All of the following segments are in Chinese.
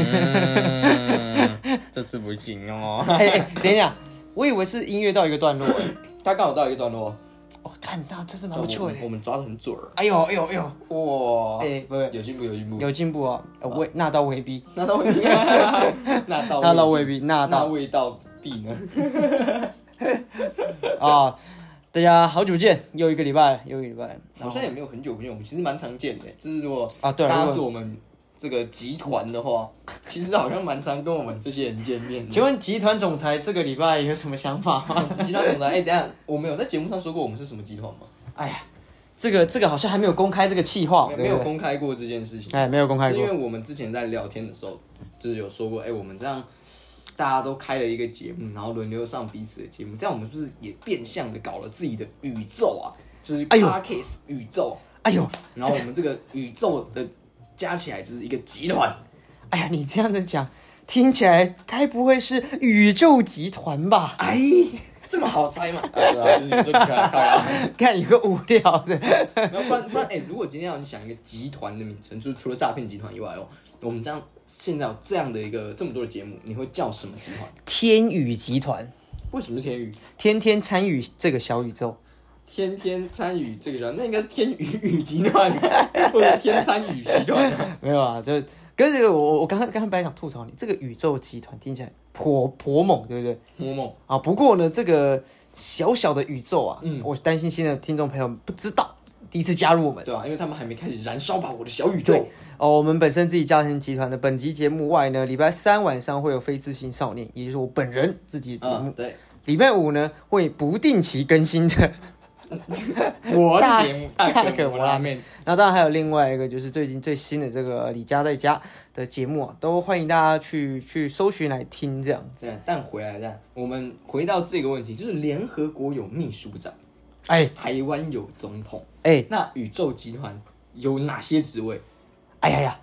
嗯，这次不行哦。 哎、哎，等一下，我以为是音乐到一个段落、哦哎，他刚好到一个段落，我、看到这是蛮啊不我错的们。我们抓的很准儿，哎呦哎呦哎呦，哇，哎不不有进步有进步，有进步哦，呃未那到未必，那到味，啊 那到那到未味，必，那那到味道必呢？啊！大家好久见，又一个礼拜了，又一个礼拜了。好像也没有很久不见，我们其实蛮常见的，就是如果啊对啊大如家果是我们这个集团的话，其实好像蛮常跟我们这些人见面的。请问集团总裁这个礼拜有什么想法吗？ 集团总裁，哎、等一下，我们有在节目上说过我们是什么集团吗？哎呀，这个这个好像还没有公开这个企划，没没有对不对，公开过这件事情，哎，没有公开是因过为。我们之前在聊天的时候，就是有说过，哎、我们这样大家都开了一个节目，然后轮流上彼此的节目，这样我们是不是也变相的搞了自己的宇宙啊？就是哎呦 Parkes 宇宙，哎呦，然后我们这个宇宙的加起来就是一个集团。哎呀，你这样的讲，听起来该不会是宇宙集团吧？哎，这么好 猜嘛？啊对啊，就是这集团来开啊。干一个无聊的，然后不然不然，哎、如果今天要你想一个集团的名称，就是除了诈骗集团以外哦，我们这样现在有这样的一个这么多的节目，你会叫什么集团？天宇集团为什么是天宇？天天参与这个小宇宙，天天参与这个集团，那应该是天宇宇集团， 或者天参宇集团。没有啊？就跟这个我我我刚才刚才本来想吐槽你，这个宇宙集团听起来颇颇猛，对不对？某某，啊，不过呢，这个小小的宇宙啊，嗯我担心新的听众朋友不知道，第一次加入我们。对啊，因为他们还没开始燃烧吧我的小宇宙对。哦，我们本身自己家庭集团的本集节目外呢，礼拜三晚上会有非自信少年，也就是我本人自己的节目嗯，。对，礼拜五呢会不定期更新的。我大的节目大大可可不不辣拉面，那当然还有另外一个就是最近最新的这个李佳在家的节目啊，都欢迎大家去去搜寻来听这样子。对，但回来但我们回到这个问题，就是联合国有秘书长，哎台湾有总统，哎那宇宙集团有哪些职位？哎呀呀！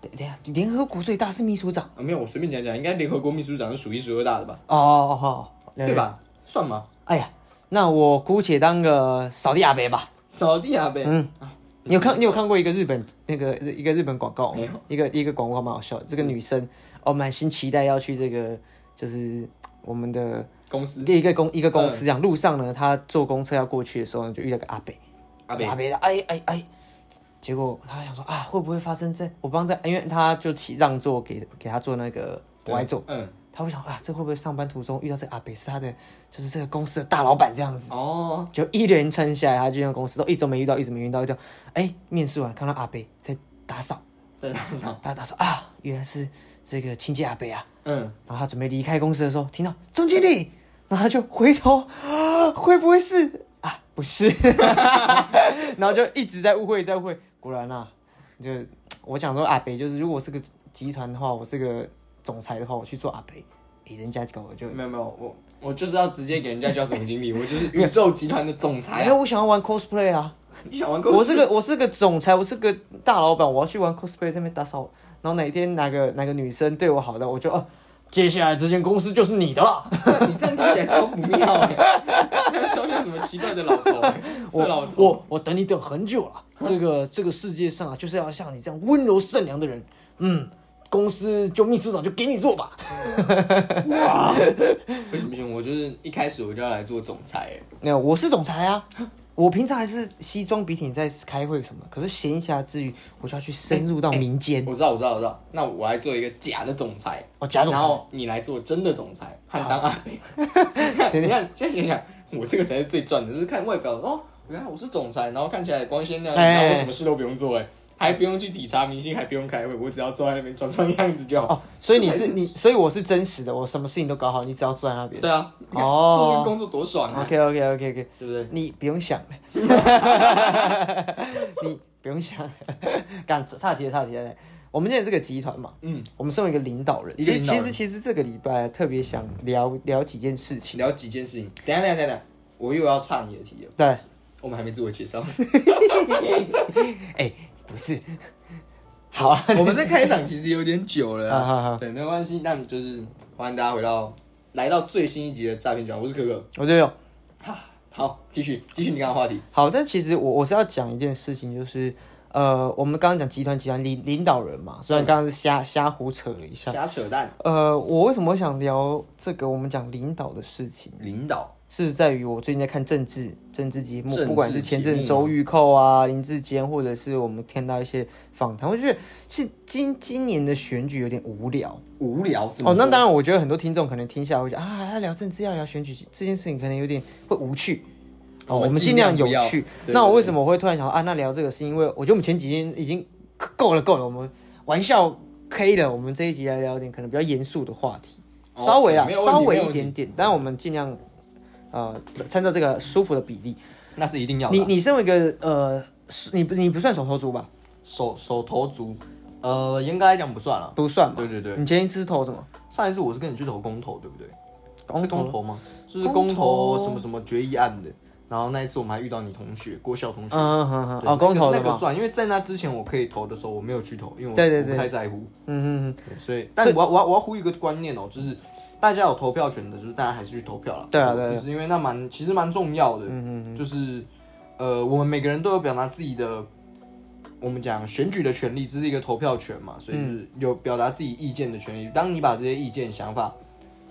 等等一下，联合国最大是秘书长啊，没有，我随便讲讲，应该联合国秘书长是数一数二大的吧？哦哦哦，哦对？吧？算吗？哎呀，那我姑且当个扫地阿伯吧。扫地啊呗。嗯啊，你有看你有看过一个日本那个一个日本广告吗没有一个一个广告蛮好笑的，这个女生哦满心期待要去这个就是我们的公司一个公一个公司这样，路上呢，她坐公车要过去的时候呢，就遇到个阿北，阿北阿北，哎哎哎，结果她想说啊，会不会发生在我帮在，因为她就起让座给给她坐那个不爱座，嗯，她会想啊，这会不会上班途中遇到这个阿北是她的就是这个公司的大老板这样子，哦，就一连串下来，她就进公司都一直都没遇到，一直没遇到，就哎面试完看到阿北在打扫，在哪上？他打扫啊，原来是这个亲戚阿北啊，嗯，然后他准备离开公司的时候，听到总经理，然后他就回头，啊会不会是啊？不是， 然后就一直在误会，在误会。果然啊，就我想说阿北，就是如果我是个集团的话，我是个总裁的话，我去做阿北，诶人家搞我就。没有没有，我我就是要直接给人家叫总经 理，我就是宇宙集团的总裁因为啊！哎我想要玩 cosplay 啊！你想玩公司？我是个我是个总裁，我是个大老板，我要去玩 cosplay 这边打扫。然后哪天哪个哪个女生对我好的，我就哦、啊，接下来这间公司就是你的了。你这样听起来超不妙 哎、超像什么奇怪的老头、欸，是老我头。我我等你等很久了。这个这个世界上啊，就是要像你这样温柔善良的人。嗯，公司就秘书长就给你做吧。哇，不行不行，我就是一开始我就要来做总裁、欸，那我是总裁啊，我平常还是西装笔挺在开会什么，可是闲暇之余我就要去深入到民间、我知道我知道我知道，那我来做一个假的总裁，哦，假总然裁。后你来做真的总裁，和当阿北。 你看，现在想想，我这个才是最赚的，就是看外表哦，原来我是总裁，然后看起来光鲜亮丽，哎然后我什么事都不用做，哎，还不用去体察明星，还不用开会，我只要坐在那边装装样哎子就好。哦，所以你是你，所以我是真实的，我什么事情都搞好，你只要坐在那边。对啊，你看哦做这份工作多爽啊， OK OK OK OK，对不对？你不用想了， 你不用想了， 干差题了差题了。我们现在这个集团嘛，嗯，我们身为一个领导人，一个领导其人实其实其实这个礼拜特别想聊聊几件事情。聊几件事情，等一下等一下等一下，我又要岔你的题了，对，我们还没自我介 绍，哎，不是， 好啊，我们这开场其实有点久 了好好好啦，对，没有关系，那么就是欢迎大家回到来到最新一集的诈骗专，我是可可。我就有好，继续继续你刚刚的话题。好，但其实我我是要讲一件事情，就是呃，我们刚刚讲集团集团领领导人嘛，虽然刚刚是瞎瞎胡扯了一下。瞎扯淡，呃，我为什么会想聊这个？我们讲领导的事情，领导是在于我最近在看政治政治节目政，治不管是前阵节子目周玉蔻啊、林志坚，或者是我们看到一些访谈，我觉得是今今年的选举有点无聊。无聊。怎么哦，那说当然，我觉得很多听众可能听下来会觉得啊，要聊政治，要聊选举这件事情，可能有点会无趣。我哦，我们们尽尽量量有不要趣。对那对我为对什么会突然想到啊？那聊这个是因为我觉得我们前几天已经够了，够了，我们玩笑可以了。我们这一集来聊一点可能比较严肃的话题，哦稍微啊，没有问题稍微没有一问题点点，但我们尽量呃参照这个舒服的比例。那是一定要的你啊。你身为一个呃，是你不你不算手头族吧？手手头足，呃，严格来讲不算了。不算嘛？对对对你前一次是投什么？上一次我是跟你去投公投，对不对？是投公投吗？就是公投什么什么决议案的。然后那一次我们还遇到你同学郭笑同学，嗯嗯嗯，对哦，公投那个的那个嘛。算，因为在那之前我可以投的时候我没有去投，因为我对对对我不太在乎。嗯嗯嗯，对所以，但我要我要我要呼吁一个观念哦，就是大家有投票权的，就是大家还是去投票了。对啊对啊嗯就是因为那蛮其实蛮重要的，就是呃，我们每个人都有表达自己的，我们讲选举的权利，这是一个投票权嘛，所以嗯就是有表达自己意见的权利。当你把这些意见想法，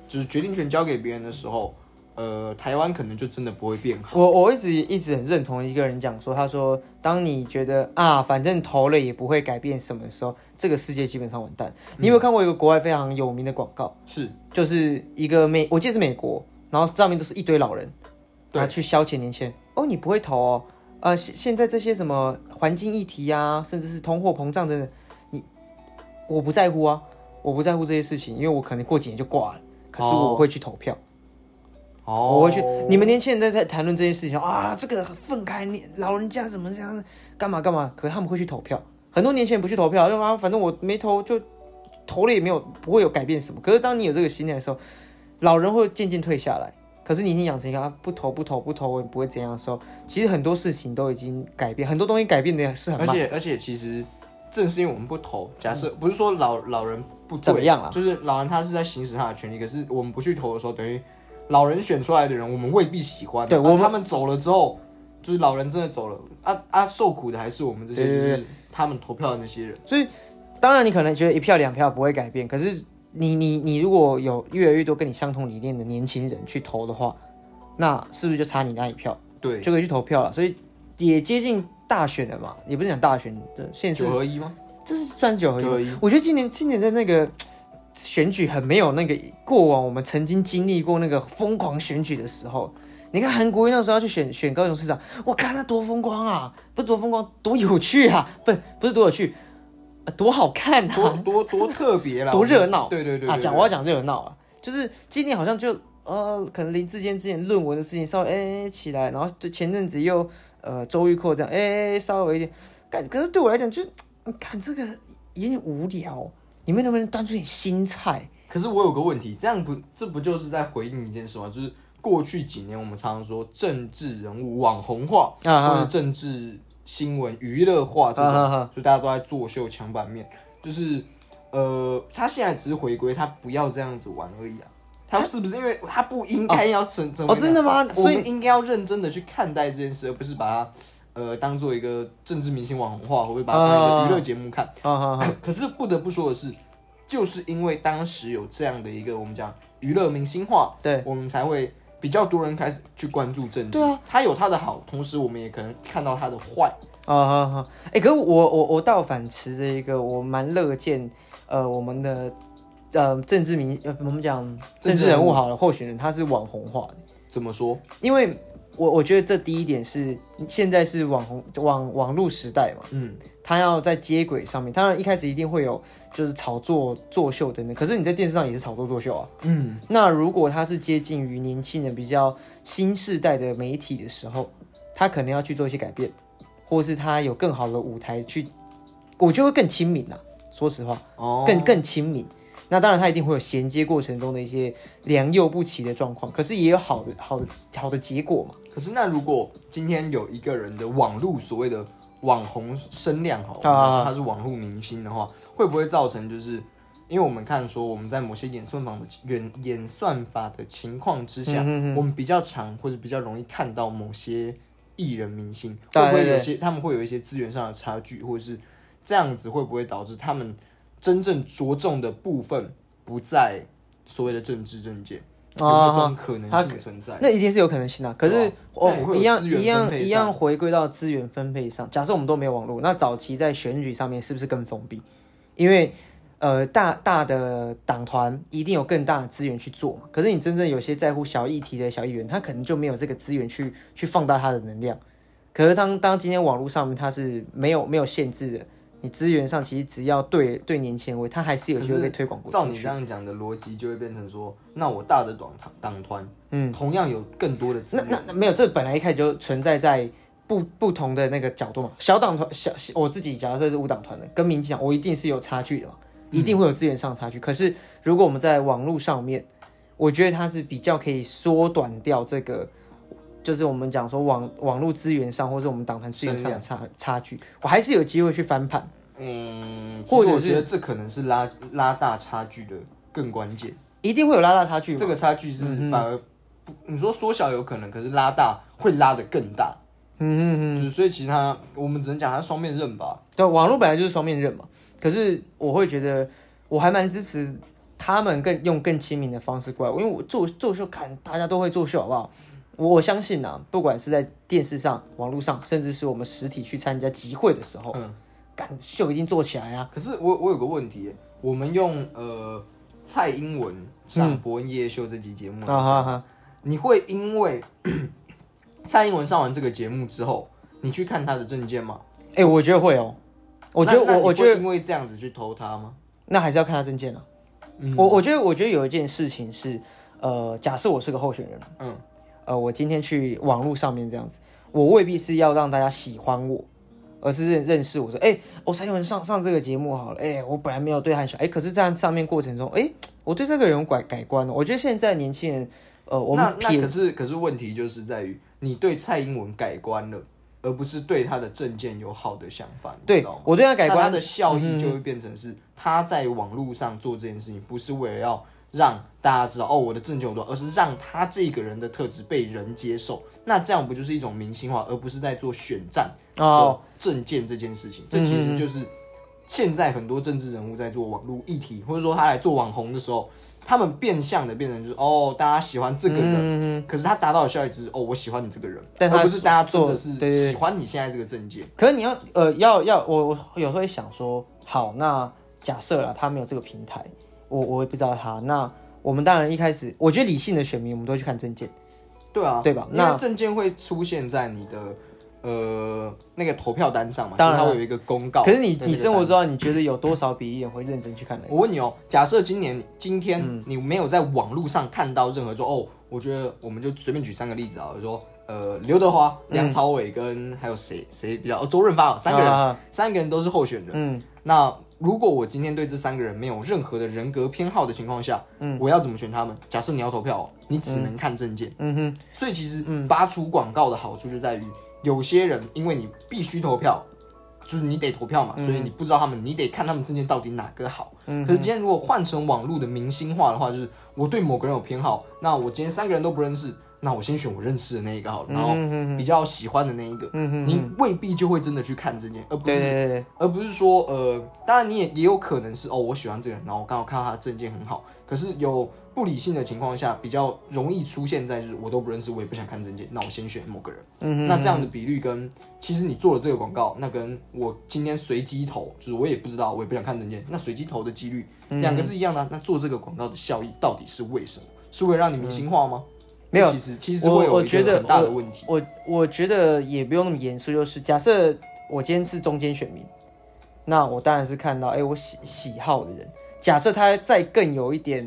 就是决定权交给别人的时候，呃，台湾可能就真的不会变好。我我一直一直很认同一个人讲说，他说，当你觉得啊，反正投了也不会改变什么的时候，这个世界基本上完蛋。你有嗯没有看过一个国外非常有名的广告？是就是一个美，我记得是美国，然后上面都是一堆老人，对然后去消遣年轻人。哦，你不会投哦，呃，现现在这些什么环境议题啊，甚至是通货膨胀等等，你我不在乎啊，我不在乎这些事情，因为我可能过几年就挂了，可是我哦会去投票。哦我会去。你们年轻人在在谈论这些事情啊，这个很愤慨，你老人家怎么这样，干嘛干嘛？可是他们会去投票，很多年轻人不去投票，就啊，反正我没投就投了也没有不会有改变什么。可是当你有这个心态的时候，老人会渐渐退下来。可是你已经养成一个啊不投不投不投，我也不会怎样的时候，其实很多事情都已经改变，很多东西改变的是很而慢。且而且，其实正是因为我们不投，假设不是说老老人不对嗯怎么样啊啦就是老人他是在行使他的权利，可是我们不去投的时候，等于老人选出来的人，我们未必喜欢。对啊我们他们走了之后，就是老人真的走了，啊啊，受苦的还是我们这些，对就对对是他们投票的那些人。所以，当然你可能觉得一票两票不会改变，可是你你你如果有越来越多跟你相同理念的年轻人去投的话，那是不是就差你那一票，对，就可以去投票了？所以也接近大选了嘛，也不是讲大选的现实九，合一吗？这是算是九合一九合吗一。我觉得今年今年的那个。选举很没有那个过往我们曾经经历过那个疯狂选举的时候。你看韩国瑜那时候要去选选高雄市长，我看他多风光啊，不是多风光，多有趣啊，不不是多有趣，啊多 好看啊，多多多特别啦，多热闹对对对啊！对讲对我要讲热闹啊，就是今年好像就呃，可能林志坚之前论文的事情稍微哎、哎哎起来，然后就前阵子又呃周玉蔻这样哎、哎哎稍微一点，干可是对我来讲就是你看这个有点无聊，你们能不能端出点新菜？可是我有个问题，这样不这不就是在回应一件事吗？就是过去几年我们常常说政治人物网红化，啊啊或是政治新闻娱乐化这种，啊啊啊就大家都在作秀抢版面。就是呃，他现在只是回归，他不要这样子玩而已啊。他是不是因为他不应该要成成为哎哦真的吗我所以们应该要认真的去看待这件事，而不是把它呃当做一个政治明星网红化，或者把它当一个娱乐节目看。啊啊啊！ 可是不得不说的是，就是因为当时有这样的一个我们讲娱乐明星化，对我们才会比较多人开始去关注政治。对啊，它有它的好，同时我们也可能看到它的坏。啊哈哈！哎、可是我我我倒反持这一个，我蛮乐见呃我们的呃政治明呃我们讲政政治治人人物物好了，候选人他是网红化的。怎么说？因为我我觉得这第一点是现在是网红网网络时代嘛，嗯，它要在接轨上面，当然一开始一定会有就是炒作作秀等等，可是你在电视上也是炒作作秀啊，嗯，那如果它是接近于年轻人比较新世代的媒体的时候，他可能要去做一些改变，或是他有更好的舞台去，我就会更亲民啊，说实话，哦，更更亲民。那当然，它一定会有衔接过程中的一些良莠不齐的状况，可是也有好的、好的、好的结果嘛。可是那如果今天有一个人的网络所谓的网红声量好，啊他是网络明星的话，会不会造成就是？因为我们看说我们在某些演算法的演嗯演算法的情况之下，我们比较常或者比较容易看到某些艺人明星，对会不会对对有些他们会有一些资源上的差距，或者是这样子会不会导致他们真正着重的部分不在所谓的政治政见？有没有这种可能啊他性存在？那一定是有可能性啊。可对是啊哦那也会，有一样资源一样分配一上样回归到资源分配上。假设我们都没有网络，那早期在选举上面是不是更封闭？因为呃，大大的党团一定有更大的资源去做嘛。可是你真正有些在乎小议题的小议员，他可能就没有这个资源去去放大他的能量。可是当当今天网络上面它是没有没有限制的，你资源上其实只要对对年轻人为，它还是有机会被推广过去。照你这样讲的逻辑，就会变成说，那我大的党团党团，嗯，同样有更多的资那源，那那没有，这本来一开始就存在在不不同的那个角度嘛。小党团小小我自己假设是五党团的，跟民进党我一定是有差距的嘛，一定会有资源上的差距。可是如果我们在网络上面，我觉得它是比较可以缩短掉这个，就是我们讲说网网络资源上或者我们党团资源上的差差距，我还是有机会去翻盘。嗯，或者其实我觉得这可能是拉拉大差距的更关键。一定会有拉大差距嘛，这个差距嗯是反而不，你说缩小有可能，可是拉大会拉得更大。嗯嗯嗯，就是所以其实它我们只能讲它是双面刃吧。对，网络本来就是双面刃嘛。可是我会觉得，我还蛮支持他们更用更亲民的方式过来，因为我做做秀看大家都会做秀，好不好？我我相信啊，不管是在电视上、网络上，甚至是我们实体去参加集会的时候，嗯，干秀已经做起来啊，可是我我有个问题耶，我们用呃蔡英文嗯上伯恩夜夜秀这期节目来啊讲哈哈，你会因为 蔡英文上完这个节目之后，你去看他的证件吗？哎、我觉得会哦，我觉那得那我你我会觉得因为这样子去投他吗？那还是要看他证件啊。嗯我我觉得我觉得有一件事情是，呃，假设我是个候选人，嗯，呃，我今天去网络上面这样子，我未必是要让大家喜欢我，而是认认识我说，哎、我蔡英文上上这个节目好了，哎、我本来没有对他喜欢，哎、可是在上面过程中，哎、我对这个人有改改观了。我觉得现在年轻人，呃，我们那那撇可是可是问题就是在于你对蔡英文改观了，而不是对他的证件有好的想法，你知对道吗？我对他改那观嗯他的效益就会变成是他在网络上做这件事情，不是为了要让大家知道哦我的证件有多好，而是让他这个人的特质被人接受。那这样不就是一种明星化，而不是在做选战哦的证件这件事情？这嗯其实就是现在很多政治人物在做网络议题，或者说他来做网红的时候。他们变相的变成就是哦，大家喜欢这个嗯人，可是他达到的效益只是哦，我喜欢你这个人，但他而不是大家真的做对对对是喜欢你现在这个证件。可是你要呃要要我我有时候会想说，好，那假设啦，他没有这个平台，我我也不知道他。那我们当然一开始，我觉得理性的选民，我们都会去看证件。对啊，对吧因为那证件会出现在你的呃那个投票单上嘛，当然就是它了会有一个公告。可是你在那个你生活单中，你觉得有多少比例人会认真去看的？我问你哦，假设今年今天你没有在网络上看到任何说哦，我觉得我们就随便举三个例子啊，我说呃刘德华、梁朝伟跟还有谁谁比较哦周润发哦三个人，啊啊啊三个人都是候选人。嗯，那如果我今天对这三个人没有任何的人格偏好的情况下，嗯，我要怎么选他们？假设你要投票哦、你只能看证件。嗯哼，所以其实拔除广告的好处就在于，有些人因为你必须投票，就是你得投票嗯嘛，所以你不知道他们，你得看他们证件到底哪个好。可是今天如果换成网络的明星化的话，就是我对某个人有偏好，那我今天三个人都不认识。那我先选我认识的那一个好了，然嗯后比较喜欢的那一个，你未必就会真的去看证件，而不对是对对对，而不是说呃，当然你也也有可能是哦，我喜欢这个人，然后我刚好看到他的证件很好，可是有不理性的情况下，比较容易出现在就是我都不认识，我也不想看证件，那我先选某个人。嗯那这样的比率跟其实你做了这个广告，那跟我今天随机投，就是我也不知道，我也不想看证件，那随机投的几率嗯两、个是一样的啊、那做这个广告的效益到底是为什么？是为了让你明星化吗？嗯没有这其实其实我会有我一觉个得很大的问题。我我觉得也不用那么严肃，就是假设我今天是中间选民，那我当然是看到哎、我喜喜好的人。假设他再更有一点，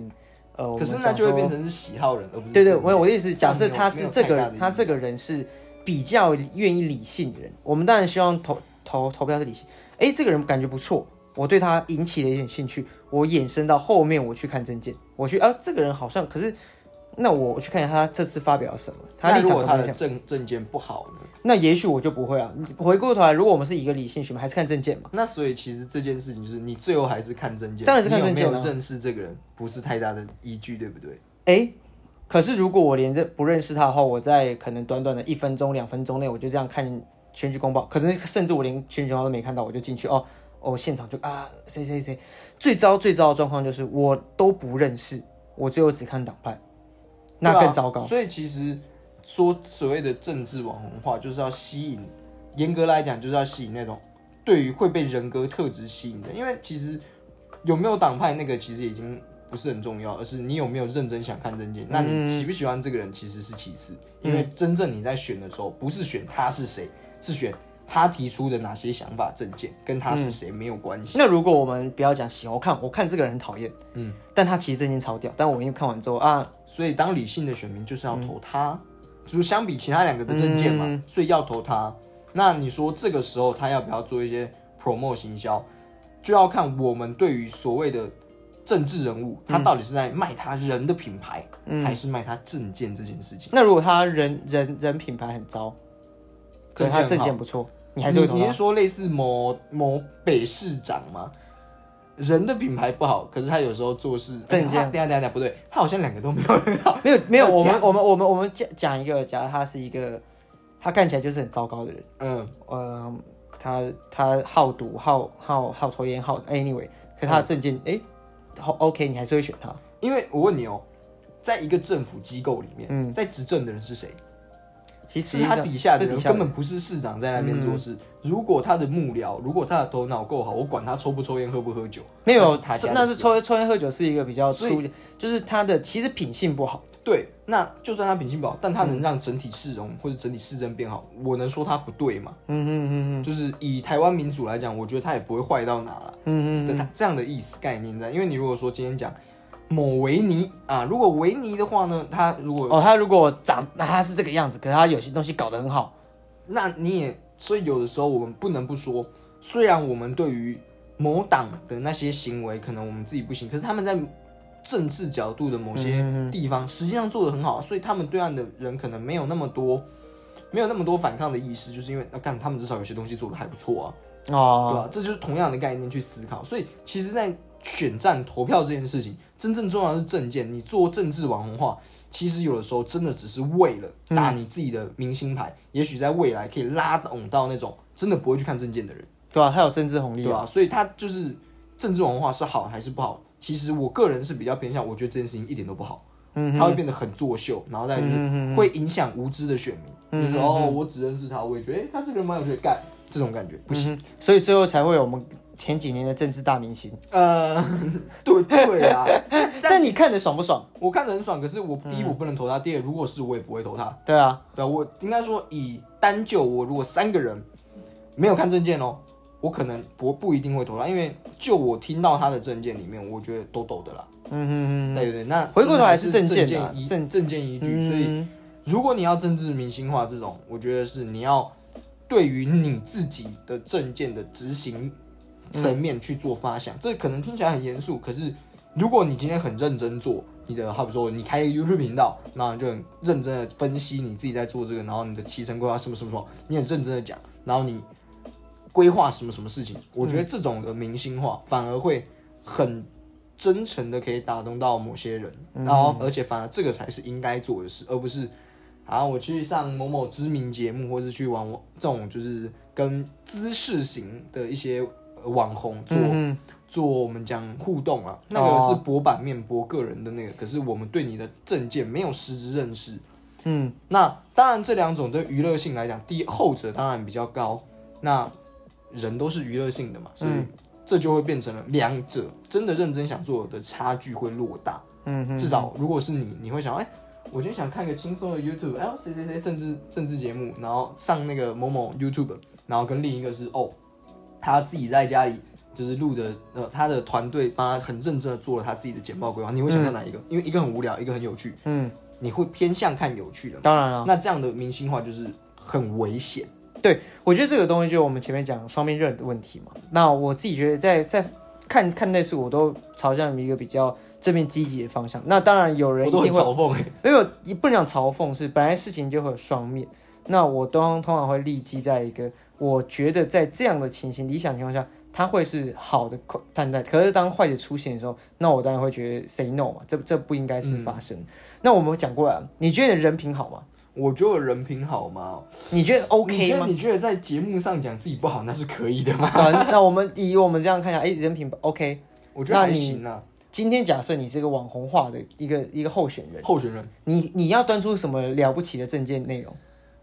呃，我可们是那讲就会说变成是喜好人，而不是对对，证我我件的意思是，假设这样没有他是这没有太个大的人，意义他这个人是比较愿意理性的人，我们当然希望投投投票是理性。哎，这个人感觉不错，我对他引起了一点兴趣，我衍生到后面我去看证件，我去啊，这个人好像可是，那我我去看一下他这次发表了什么，他那立如场果有他方的向。证证件不好呢？那也许我就不会啊。回过头来，如果我们是一个理性选民，还是看证件嘛？那所以其实这件事情就是你最后还是看证件，当然是看证件啊你有没有认识这个人不是太大的依据，对不对？哎，可是如果我连这不认识他的话，我在可能短短的一分钟、两分钟内，我就这样看选举公报，可能甚至我连选举公报都没看到，我就进去哦哦，现场就啊谁谁谁。最糟最糟的状况就是我都不认识，我最后只看党派，那对啊更糟糕。所以其实说所谓的政治网红化，就是要吸引，严格来讲就是要吸引那种对于会被人格特质吸引的，因为其实有没有党派那个其实已经不是很重要，而是你有没有认真想看证件。那嗯你喜不喜欢这个人其实是其次，因为真正你在选的时候，不是选他是谁，是选。他提出的哪些想法、证件跟他是谁没有关系。那如果我们不要讲喜欢，我看我看这个人很讨厌，嗯，但他其实真心超屌，但我因为看完之后啊，所以当理性的选民就是要嗯投他，就是相比其他两个的政见嘛，所以要投他。那你说这个时候他要不要做一些 promo 行销，就要看我们对于所谓的政治人物，嗯他到底是在卖他人的品牌，还是卖他政见这件事情？那如果他人人人品牌很糟，可是他证件证好件不错，你还是会投你他是说类似某某北市长吗？人的品牌不好，可是他有时候做事政见哎他等一下等一下等一下不对，他好像两个都没有 很好。没有 没有，我们我们我们我们讲讲一个，假如他是一个，他看起来就是很糟糕的人，嗯，呃，他他好赌好好好抽烟好，anyway，可嗯他的证件哎，好、OK，你还是会选他，因为我问你哦，在一个政府机构里面，在执政的人是谁？嗯其实是他底下的是底人，下嗯根本不是市长在那边做事。如果他的幕僚，如果他的头脑够好，我管他抽不抽烟、喝不喝酒，没那有是他家，的那是事抽抽烟喝酒是一个比较所粗，就是他的其实品性不好，对。那就算他品性不好，但他能让整体市容或者整体市政变好，我能说他不对吗？嗯哼嗯哼。就是以台湾民主来讲，我觉得他也不会坏到哪了。嗯嗯嗯，这样的意思概念在。因为你如果说今天讲某维尼啊，如果维尼的话呢，他如果哦，他如果长那他是这个样子，可是他有些东西搞得很好，那你也，所以有的时候我们不能不说，虽然我们对于某党的那些行为，可能我们自己不行，可是他们在政治角度的某些地方，实际上做的很好，所以他们对岸的人可能没有那么多，没有那么多反抗的意识，就是因为啊，干他们至少有些东西做的还不错啊，对哦，吧、这就是同样的概念去思考，所以其实，在选战投票这件事情，真正重要的是政见。你做政治网红化，其实有的时候真的只是为了打你自己的明星牌，也许在未来可以拉拢到那种真的不会去看政见的人，对啊吧、他有政治红利对吧、啊所以他就是政治网红化是好还是不好？其实我个人是比较偏向，我觉得这件事情一点都不好。嗯，他会变得很作秀，然后再就是会影响无知的选民，就是说哦，我只认识他，我也觉得哎、他这个人蛮有趣的，干这种感觉不行。嗯，所以最后才会有我们前几年的政治大明星。呃， 对对啊，但你看的爽不爽？我看得很爽，可是我嗯第一我不能投他，第二如果是我也不会投他，对啊，对啊，我应该说以单就我如果三个人没有看证件哦，我可能不不一定会投他，因为就我听到他的证件里面，我觉得都抖的啦，嗯对对，那回过头来是证证件啊件依证证件依哼哼，据，所以嗯如果你要政治明星化这种，我觉得是你要对于你自己的政见的执行嗯层面去做发想。这可能听起来很严肃，可是如果你今天很认真做你的，好比说你开一个 YouTube 频道，然后你就很认真的分析你自己在做这个，然后你的提升规划什么什么什么，你很认真的讲，然后你规划什么什么事情，我觉得这种的明星化反而会很。真诚的可以打动到某些人，然后而且反而这个才是应该做的事，而不是好，我去上某某知名节目，或是去玩网这种就是跟知识型的一些呃网红做、嗯做我们讲互动啊，那个是博版面、博个人的那个，可是我们对你的证件没有实质认识。嗯，那当然，这两种对娱乐性来讲，第一后者当然比较高。那人都是娱乐性的嘛，所以这就会变成了两者真的认真想做的差距会落大。嗯至少如果是你，你会想，哎、我今天想看个轻松的 YouTube，哎呦，谁谁谁政治政治节目，然后上那个某某 YouTube，然后跟另一个是哦，他自己在家里就是录的，呃，他的团队帮他很认真的做了他自己的简报规划，你会想看哪一个？因为一个很无聊，一个很有趣，嗯，你会偏向看有趣的嘛。当然了，那这样的明星化就是很危险，对我觉得这个东西就是我们前面讲双面刃的问题嘛。那我自己觉得在在看看那次，我都朝向一个比较正面积极的方向。那当然有人我一都很定会嘲讽、哎没有，也不能讲嘲讽，是本来事情就会有双面。那我通常通常会立基在一个，我觉得在这样的情形理想情况下，它会是好的快看待。可是当坏的出现的时候，那我当然会觉得嗯 say no 嘛，这这不应该是发生。那我们讲过了，你觉得你的人品好吗？我觉得我人品好吗你觉得 OK 你觉吗 得？你觉得在节目上讲自己不好那是可以的吗？啊，那那我们以我们这样看一下，哎、人品 OK。我觉得还那你行啊。今天假设你是一个网红化的一个一个候选人，候选人，你你要端出什么了不起的证件内容？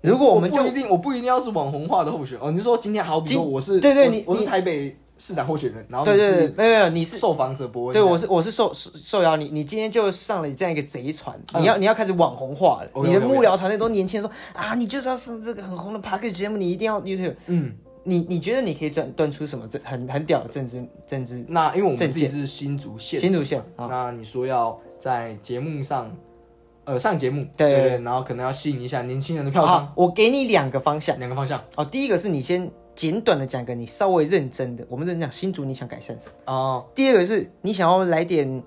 如果我们就不一定，我不一定要是网红化的候选人哦。你是说今天好比说今我是对对我你我是你台北市长候选人，然后对你对对，是没有没有，你是受访者博文，对我是我是受受受邀你，你今天就上了这样一个贼船，嗯你要你要开始网红化了， OK，OK，OK 你的幕僚团队都年轻人说啊，你就是要上这个很红的 p a r k 节目，你一定要 YouTube。嗯，你你觉得你可以端端出什么这很很屌的政治政治那因为我们政自己见是新竹县新路线啊？那你说要在节目上，呃，上节目，对对对对，然后可能要吸引一下年轻人的票仓，好，我给你两个方向两个方向哦。第一个是你先简短的讲一个你稍微认真的，我们认真讲新竹你想改善什么？哦。第二个是你想要来点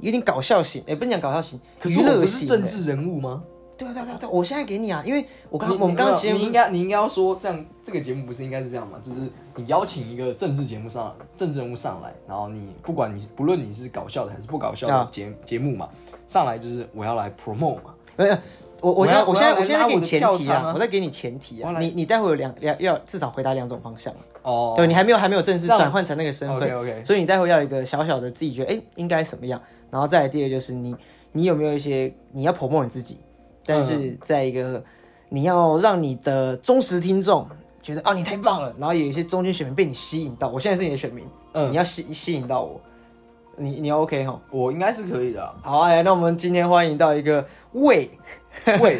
有点搞笑型，也不能讲搞笑型，可是娱我乐不是型的。政治人物吗？对啊对啊对啊对啊，我现在给你啊，因为我我刚我们刚刚节目你应该你应该要说这样，这个节目不是应该是这样吗？就是你邀请一个政治节目上政治人物上来，然后你不管你不论你是搞笑的还是不搞笑啊的节、节目嘛，上来就是我要来 promote 嘛，没有，我我我现要在我现在我要我现在拉给我你的前票提仓啊啊，我在给你前提啊我，来你你待会有两两要至少回答两种方向，啊哦，对你还没有还没有正式这样转换成那个身份 OK，OK 所以你待会要有一个小小的自己觉得哎应该什么样，然后再来第二就是你你有没有一些你要 promote 你自己，但是在一个你要让你的忠实听众。觉得啊，你太棒了，然后有一些中间选民被你吸引到，我现在是你的选民，嗯你要吸吸引到我，你你 OK 哈？我应该是可以的 啊、好，哎，那我们今天欢迎到一个魏为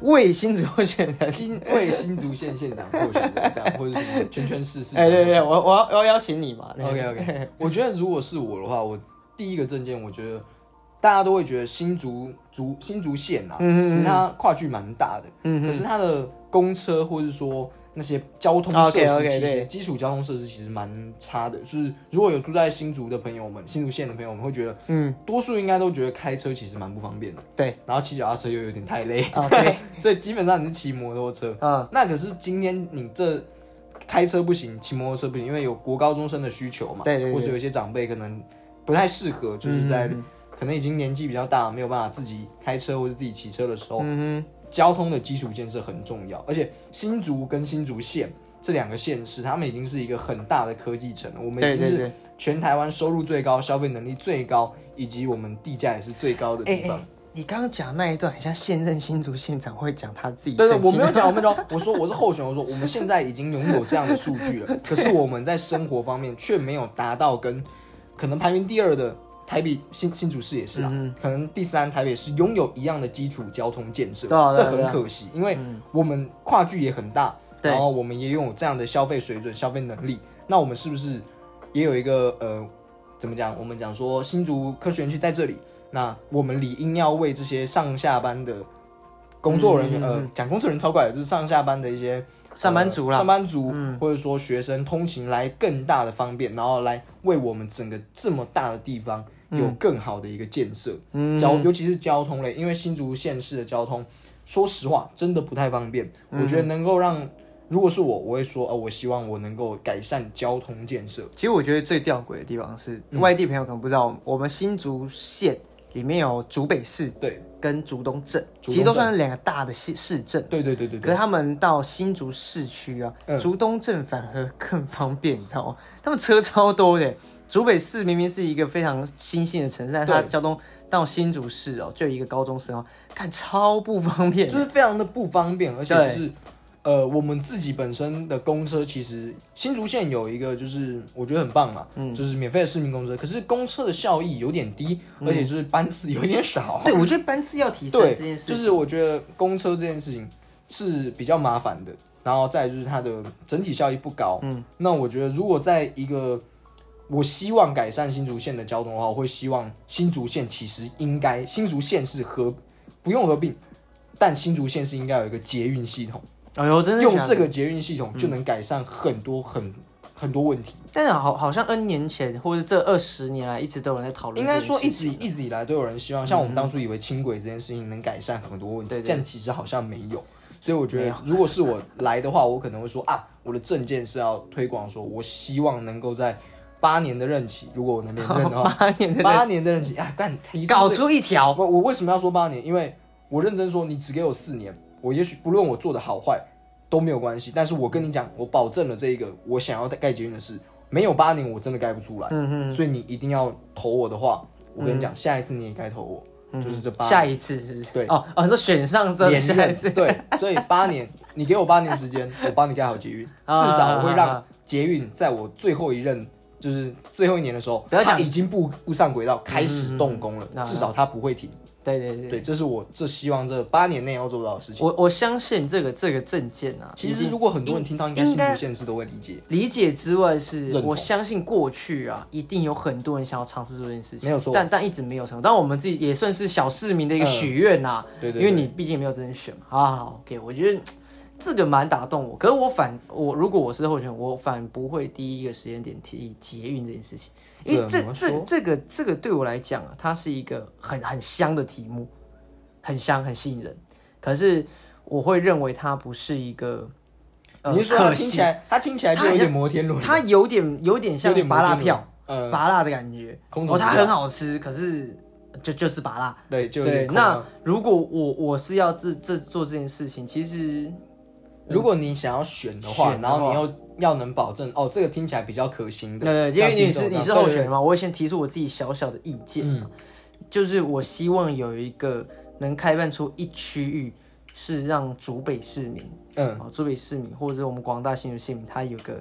魏新主候选 人。新为新竹县县长候选人这样，或者什么全全市市长哎，候选对人。对对，我我要我要邀请你嘛。那个 OK OK，我觉得如果是我的话，我第一个证件，我觉得大家都会觉得新竹竹新竹县啊，嗯哼其实它跨距蛮大的，嗯可是它的公车或者说那些交通设哦施，OK，OK，其实对基础交通设施其实蛮差的。就是如果有住在新竹的朋友们，新竹县的朋友们会觉得，嗯，多数应该都觉得开车其实蛮不方便的， 对然后骑脚踏车又有点太累，啊，对， 所以基本上你是骑摩托车。啊，那可是今天你这开车不行，骑摩托车不行，因为有国高中生的需求嘛，对对对嗯或是有一些长辈可能不太适合，就是在、可能已经年纪比较大，没有办法自己开车或者自己骑车的时候，嗯交通的基础建设很重要，而且新竹跟新竹县。这两个县市，他们已经是一个很大的科技城了。我哼，们对已经对是对。全台湾收入最高、消费能力最高，以及我们地价也是最高的地哎方。哎，你刚刚讲那一段，很像现任新竹县长会讲他自己。对对，我没有。 讲，我没有讲，我说我是候选人，我说我们现在已经拥有这样的数据 了，可是我们在生活方面却没有达到跟可能排名第二的台北新新竹市也是啊，嗯可能第三台北市拥有一样的基础交通建设，对啊对这啊对很啊可惜，因为我们跨距也很大，对然后我们也拥有这样的消费水准、消费能力，那我们是不是也有一个呃，怎么讲？我们讲说新竹科学园区在这里，那我们理应要为这些上下班的工作人员，嗯呃，讲工作人员超怪的，就是上下班的一些上班族呃啦嗯上，班族、或者说学生通勤来更大的方便，然后来为我们整个这么大的地方有更好的一个建设，嗯交尤其是交通类，因为新竹县市的交通，说实话真的不太方便。嗯我觉得能够让，如果是我，我会说，哦、我希望我能够改善交通建设。其实我觉得最吊诡的地方是，外地朋友可能不知道，我们新竹县里面有竹北市对跟竹东镇，竹其东实都镇算是两个大的市市镇。对对对对可是对，他们到新竹市区啊，嗯竹东镇反而更方便，你知道吗？ 他们车超多的。竹北市明明是一个非常新兴的城市，但是它对交通到新竹市哦，就有一个高中生哦，看超不方便。就是非常的不方便，而且对就是。呃，我们自己本身的公车其实新竹县有一个，就是我觉得很棒嘛，就是免费的市民公车。可是公车的效益有点低，而且就是班次有点少。 对，我觉得班次要提升对，这件事，就是我觉得公车这件事情是比较麻烦的，然后再来就是它的整体效益不高。嗯，那我觉得如果在一个我希望改善新竹县的交通的话，我会希望新竹县其实应该新竹县是合不用合并，但新竹县是应该有一个捷运系统，哎呦，真的用假的嗯这，个捷运系统就能改善很多很很多问题。但是好好像 N 年前或者这二十年来一直都有人在讨论应该这件事情，嗯说一直一直以来都有人希望，像我们当初以为轻轨这件事情能改善很多问题，对对但其实好像没有。所以我觉得，如果是我来的话，我可能会说啊，我的证件是要推广，说我希望能够在八年的任期，如果我能连任的话， 八年的哦人八年的任期啊，干提搞出。出一条，我我为什么要说八年？因为我认真说，你只给我四年，我也许不论我做的好坏都没有关系。但是我跟你讲，我保证了这一个我想要盖捷运的事，没有八年我真的盖不出来。嗯嗯，所以你一定要投我的话，我跟你讲，下一次你也该投我，就是这八嗯下一次是不是？对哦哦，说选上之后的连下任一次，对，所以八年，你给我八年时间，我帮你盖好捷运，至 啊少我会啊让啊捷运在我最后一任。就是最后一年的时候，不要讲它已经步步上轨道，开始动工了，嗯啊至少它不会停。对对对对，这是我这希望这八年内要做到的事情。我我相信这个这个证件啊，其实如果很多人听到，应该应新该竹县市都会理解。理解之外是，认同我相信过去啊，一定有很多人想要尝试做这件事情，没有错嗯但但一直没有成功。但我们自己也算是小市民的一个许愿啊呐、对对因为对你毕竟没有真正选嘛。好好好，OK，我觉得嘖这个蛮打动我。可是我反我如果我是候选人，我反不会第一个时间点提捷运这件事情，因为这怎么这说这个这个对我来讲啊，它是一个很很香的题目，很香很吸引人。可是我会认为它不是一个，呃、你是说可他惜听起来，他听起来就它有好像点摩天轮，它有点有点像有点摩拔天辣轮票，，呃，拔辣的感觉。空头哦，支它票很好吃，可是就就是拔辣。对，就有对点，空那啊如果我我是要这这做这件事情，其实如果你想要选的话，选的然话后你又要能保证哦，这个听起来比较可行的，对，对呃因让为你嗯听众知是道你是候选人，嘛，我会先提出我自己小小的意见嗯嘛，就是我希望有一个能开办出一区域是让竹北市民对对对嗯，哦，竹北市民或者是我们广大新竹市民，它有个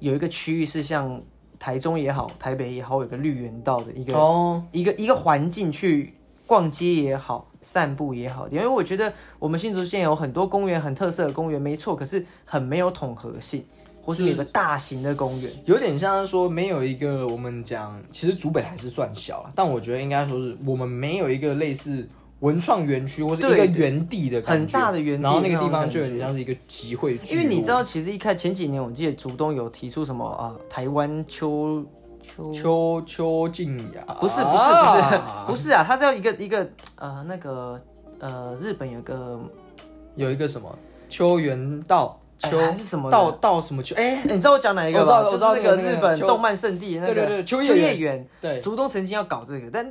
有一个区域是像台中也好，台北也好，有个绿园道的一个、哦，一个一个环境去逛街也好，散步也好，因为我觉得我们新竹县有很多公园，很特色的公园，没错，可是很没有统合性，或是有个大型的公园，有点像是说没有一个我们讲，其实竹北还是算小了，但我觉得应该说是我们没有一个类似文创园区或是一个对园地的感觉很大的园地然后那个地那种方感就觉有点像是一个集会区，因为你知道，其实一开前几年，我记得竹东有提出什么啊、台湾秋秋邱邱静雅不是不是不是 不是啊，它叫一个一个呃那个呃日本有个有一个什么邱园道哎邱、还是什么的道道什么邱哎、欸你知道我讲哪一个我知道吧？我知道就是那那个日那个本秋动漫圣地那个对对对秋叶秋叶原原，对竹东曾经要搞这个，但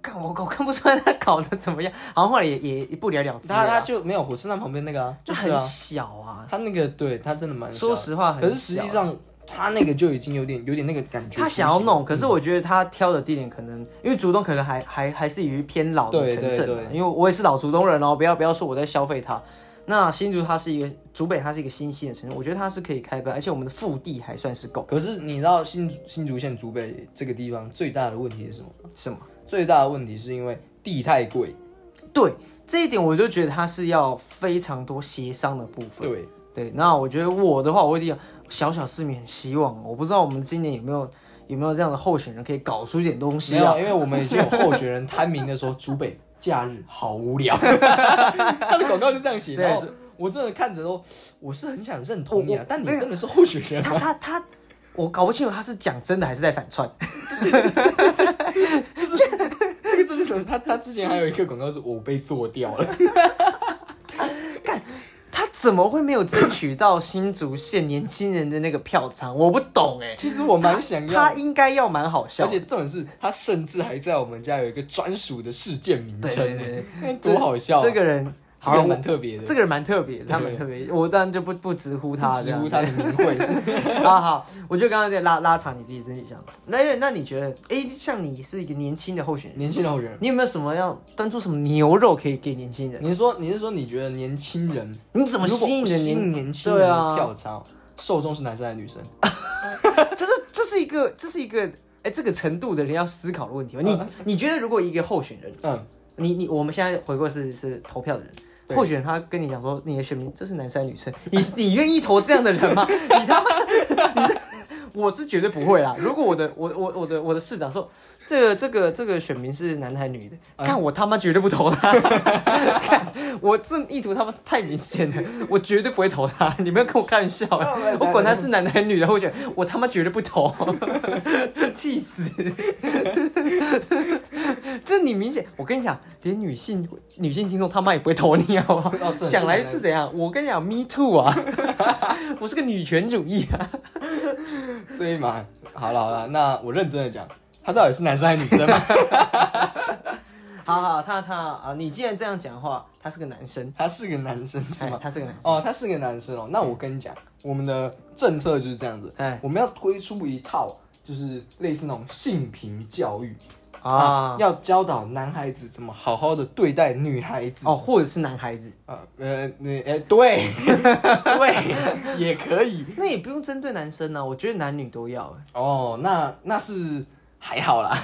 看我我看不出来他搞得怎么样，好像后来也也也不了了之了他啊。他就没有火车站旁边那个啊，就就是啊很小啊，他那个对他真的蛮小的说实话很啊可是实际上他那个就已经有点有点那个感觉出现了，他想要弄，可嗯是我觉得他挑的地点可能，因为竹东可能还还还是于偏老的对城对镇啊对，因为我也是老竹东人哦，不要不要说我在消费它。那新竹它是一个竹北，它是一个新兴的城镇，我觉得它是可以开办，而且我们的腹地还算是够。可是你知道新竹新竹县竹北这个地方最大的问题是什么吗？什么？最大的问题是因为地太贵，对这一点，我就觉得它是要非常多协商的部分。对，对，那我觉得我的话，我一定要小小市民很希望，哦我不知道我们今年有没有有没有这样的候选人可以搞出一点东没西啊有，因？为我们已经有候选人摊名的时候，竹北假日好无 聊，他的广告就这样写，对然后我真的看着都，我是很想认同你我啊我，但你真的是候选人 啊他吗？他他，我搞不清楚他是讲真的还是在反串。这个真的是什么？他他之前还有一个广告是我被做掉了， 他怎么会没有争取到新竹县年轻人的那个票仓？我不懂哎、其实我蛮想要他。应该要蛮好笑而的，且重点是，他甚至还在我们家有一个专属的事件名对称对对呢，多好笑啊！这个人这个好人蛮特别的，这个人蛮特别的，他蛮对特别，我当然就不不直呼他，直呼他的名讳是啊 好，我就刚刚在拉拉长你自己身体上。那那你觉得，哎、像你是一个年轻的候选 人，年轻人候选人。你有没有什么要端出什么牛肉可以给年轻人？你是说你是说你觉得年轻人你怎么如果吸引不人吸引年年轻对人啊的票仓？受众是男生还是女生？这是这是一个这是一个哎、这个程度的人要思考的问题哦。你你觉得如果一个候选人，嗯，你你我们现在回过是是投票的人。候选人他跟你讲说你的选民这是男生还是女生，你你愿意投这样的人吗？ 你他妈，你是我是绝对不会啦。如果我的我我我的我的市长说这个这个这个选民是男的还是女的，看我他妈绝对不投他， 看我这意图他妈太明显了，我绝对不会投他。你不要跟我开玩笑啦，我管他是男的还是女的候选人，我他妈绝对不投，气死。 这你明显，我跟你讲，连女性女性听众他妈也不会投你好不好？哦这想来是怎样？我跟你讲，me too 啊，我是个女权主义啊。所以嘛，好了好了，那我认真的讲，他到底是男生还是女生 嘛？好好，他他啊，你既然这样讲的话，他是个男生，他是个男生是哎吗？他是个男生。哦，他是个男生哦。那我跟你讲，我们的政策就是这样子，哎我们要推出一套就是类似那种性平教育啊，要教导男孩子怎么好好的对待女孩子。哦，或者是男孩子，呃呃，那哎、对 对，也可以。那也不用针对男生啊，我觉得男女都要。哦，那那是还好啦。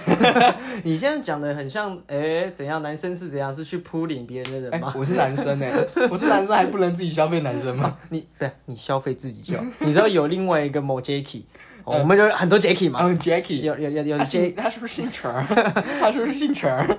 你现在讲的很像，哎、怎样？男生是怎样？是去扑脸别人的哎、人吗？我是男生哎、我是男生还不能自己消费男生 吗？你不是你消费自己就好。你知道有另外一个某 Jacky，、哦我们有很多 Jacky 嘛，嗯，Jacky，有有有有他姓 J，他是不是姓陈儿？他是不是姓陈儿？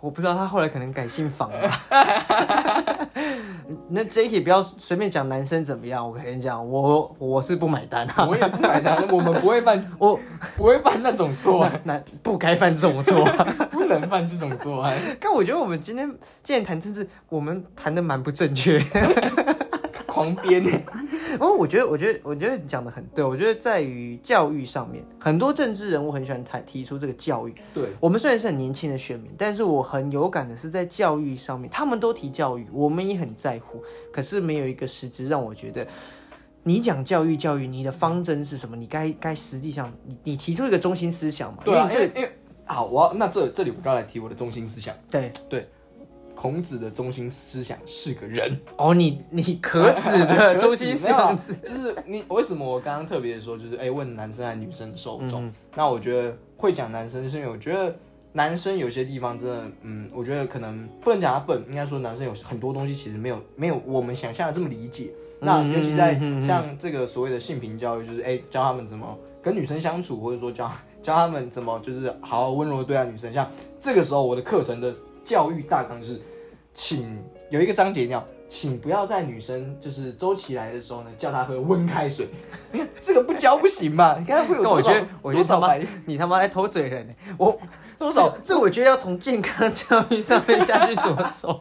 我不知道他后来可能改姓房了吧。 那 Jacky 不要随便讲男生怎么样，我跟你讲，我我是不买单啊，我也不买单，我们不会犯我不会犯那种错，男不该犯这种错。 不能犯这种错啊！但我觉得我们今天既然谈政治，我们谈的蛮不正确。狂编欸然后我觉得，我觉得，我觉得你讲的很对。我觉得在于教育上面，很多政治人物很喜欢谈提出这个教育。对，我们虽然是很年轻的选民，但是我很有感的是在教育上面，他们都提教育，我们也很在乎，可是没有一个实质让我觉得。你讲教育，教育，你的方针是什么？你该该实际上，你你提出一个中心思想嘛？对啊，因因为为你因为好，我要那这这里我就要来提我的中心思想。这对孔子的中心思想是个人，哦，你你可子的中心思想没有啊就是你为什么我刚刚特别说就是哎、问男生还是女生受众？嗯那我觉得会讲男生是因为我觉得男生有些地方真的，嗯，我觉得可能不能讲他笨，应该说男生有很多东西其实没有没有我们想象的这么理解。那嗯尤其在嗯嗯嗯像这个所谓的性平教育，就是哎、教他们怎么跟女生相处，或者说教教他们怎么就是好好温柔的对待女生。像这个时候我的课程的教育大纲就是，请有一个章节一定要。请不要在女生就是周期来的时候呢，叫她喝温开水。 这个不教不行吧？你看会有但我多觉少得，我多觉得他少妈 白，你他妈在偷嘴人呢、我多少这这我觉得要从健康教育上面下去着手。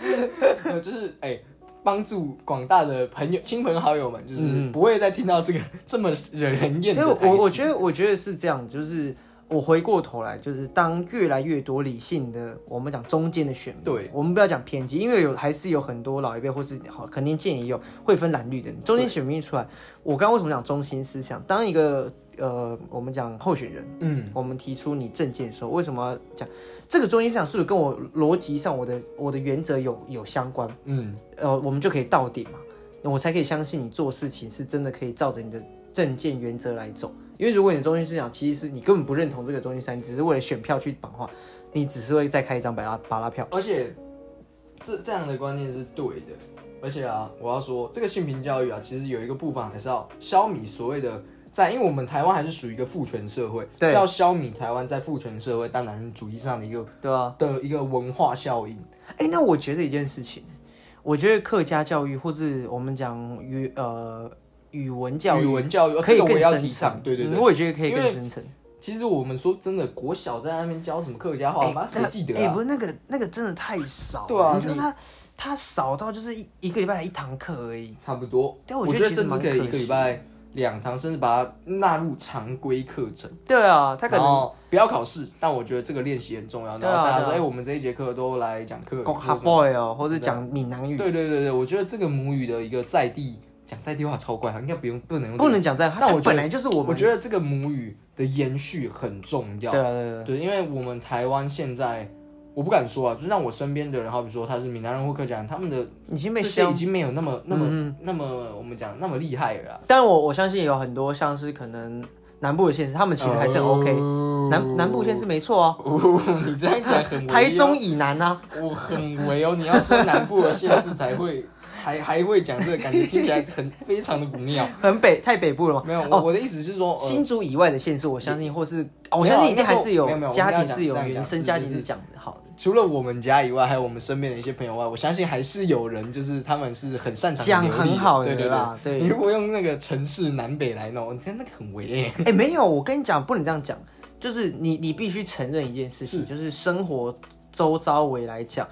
没有，就是哎，帮、助广大的朋友、亲朋好友们，就是嗯不会再听到这个这么惹人厌的对，台词。我我觉得我觉得是这样，就是我回过头来，就是当越来越多理性的，我们讲中间的选民，对，我们不要讲偏激，因为有还是有很多老一辈或是好肯定建也有会分蓝绿的，中间选民一出来，我刚刚为什么讲中心思想？当一个呃，我们讲候选人，嗯，我们提出你政见的时候，为什么要讲这个中心思想？是不是跟我逻辑上我的我的原则有有相关？嗯，呃，我们就可以到底嘛，那我才可以相信你做事情是真的可以照着你的政见原则来走。因为如果你的中心思想其实是你根本不认同这个中心思想，你只是为了选票去绑话，你只是会再开一张巴拉巴拉票。而且这这样的观念是对的。而且啊，我要说这个性平教育啊，其实有一个部分还是要消弭所谓的在，因为我们台湾还是属于一个父权社会，对是要消弭台湾在父权社会大男人主义上的一个对啊，的一个文化效应。哎，那我觉得一件事情，我觉得客家教育或是我们讲语呃语文教育，语文教育呃可以这个我更也要深提层倡，对对嗯对我也觉得可以因更为深层。其实我们说真的，国小在那边教什么客家话，妈谁记得哎、啊不？是那个那个真的太少了，对啊你知道你他他少到就是一一个礼拜才一堂课而已。差不多，但哎我觉觉得其实甚至蛮可以可一个礼惜拜两堂，甚至把它纳入常规课程。对啊，他可然能后不要考试，但我觉得这个练习很重要。对然啊后大家对说，啊哎，我们这一节课都来讲课语讲或哈什么 boy 哦，或者讲闽南语，对啊对对对，我觉得这个母语的一个在地讲在地话超怪，应该不用不能用这不个能词。讲在，他但我他觉本得来就是我们，我觉得这个母语的延续很重要对。啊对啊对啊，对，因为我们台湾现在，我不敢说啊，就是让我身边的人，好比说他是闽南人或客家人，他们的已经被这些消已。经没有那么那么、嗯那么我们讲那么厉害了啦。但我我相信有很多像是可能南部的县市，他们其实还是很 OK，、南嗯南部县市没错啊，哦， 你这样讲很唯哦台中，以南啊，我很唯哦。你要说南部的县市才会，还 还会讲这个，感觉听起来很非常的不 妙。很北太北部了嘛。没有，我、哦我的意思是说，呃新竹以外的县市，我相信或是、哦我没有啊相信一定还是那时候没有没有家我们要庭讲是有这样讲原生是家庭就是是讲的好的。除了我们家以外，还有我们身边的一些朋友外，我相信还是有人就是他们是很擅长讲流利很好的对对啦对你如果用那个城市南北来弄，你真的那个很违欸。哎、没有，我跟你讲，不能这样讲。就是你你必须承认一件事嗯情，就是生活周遭围来讲。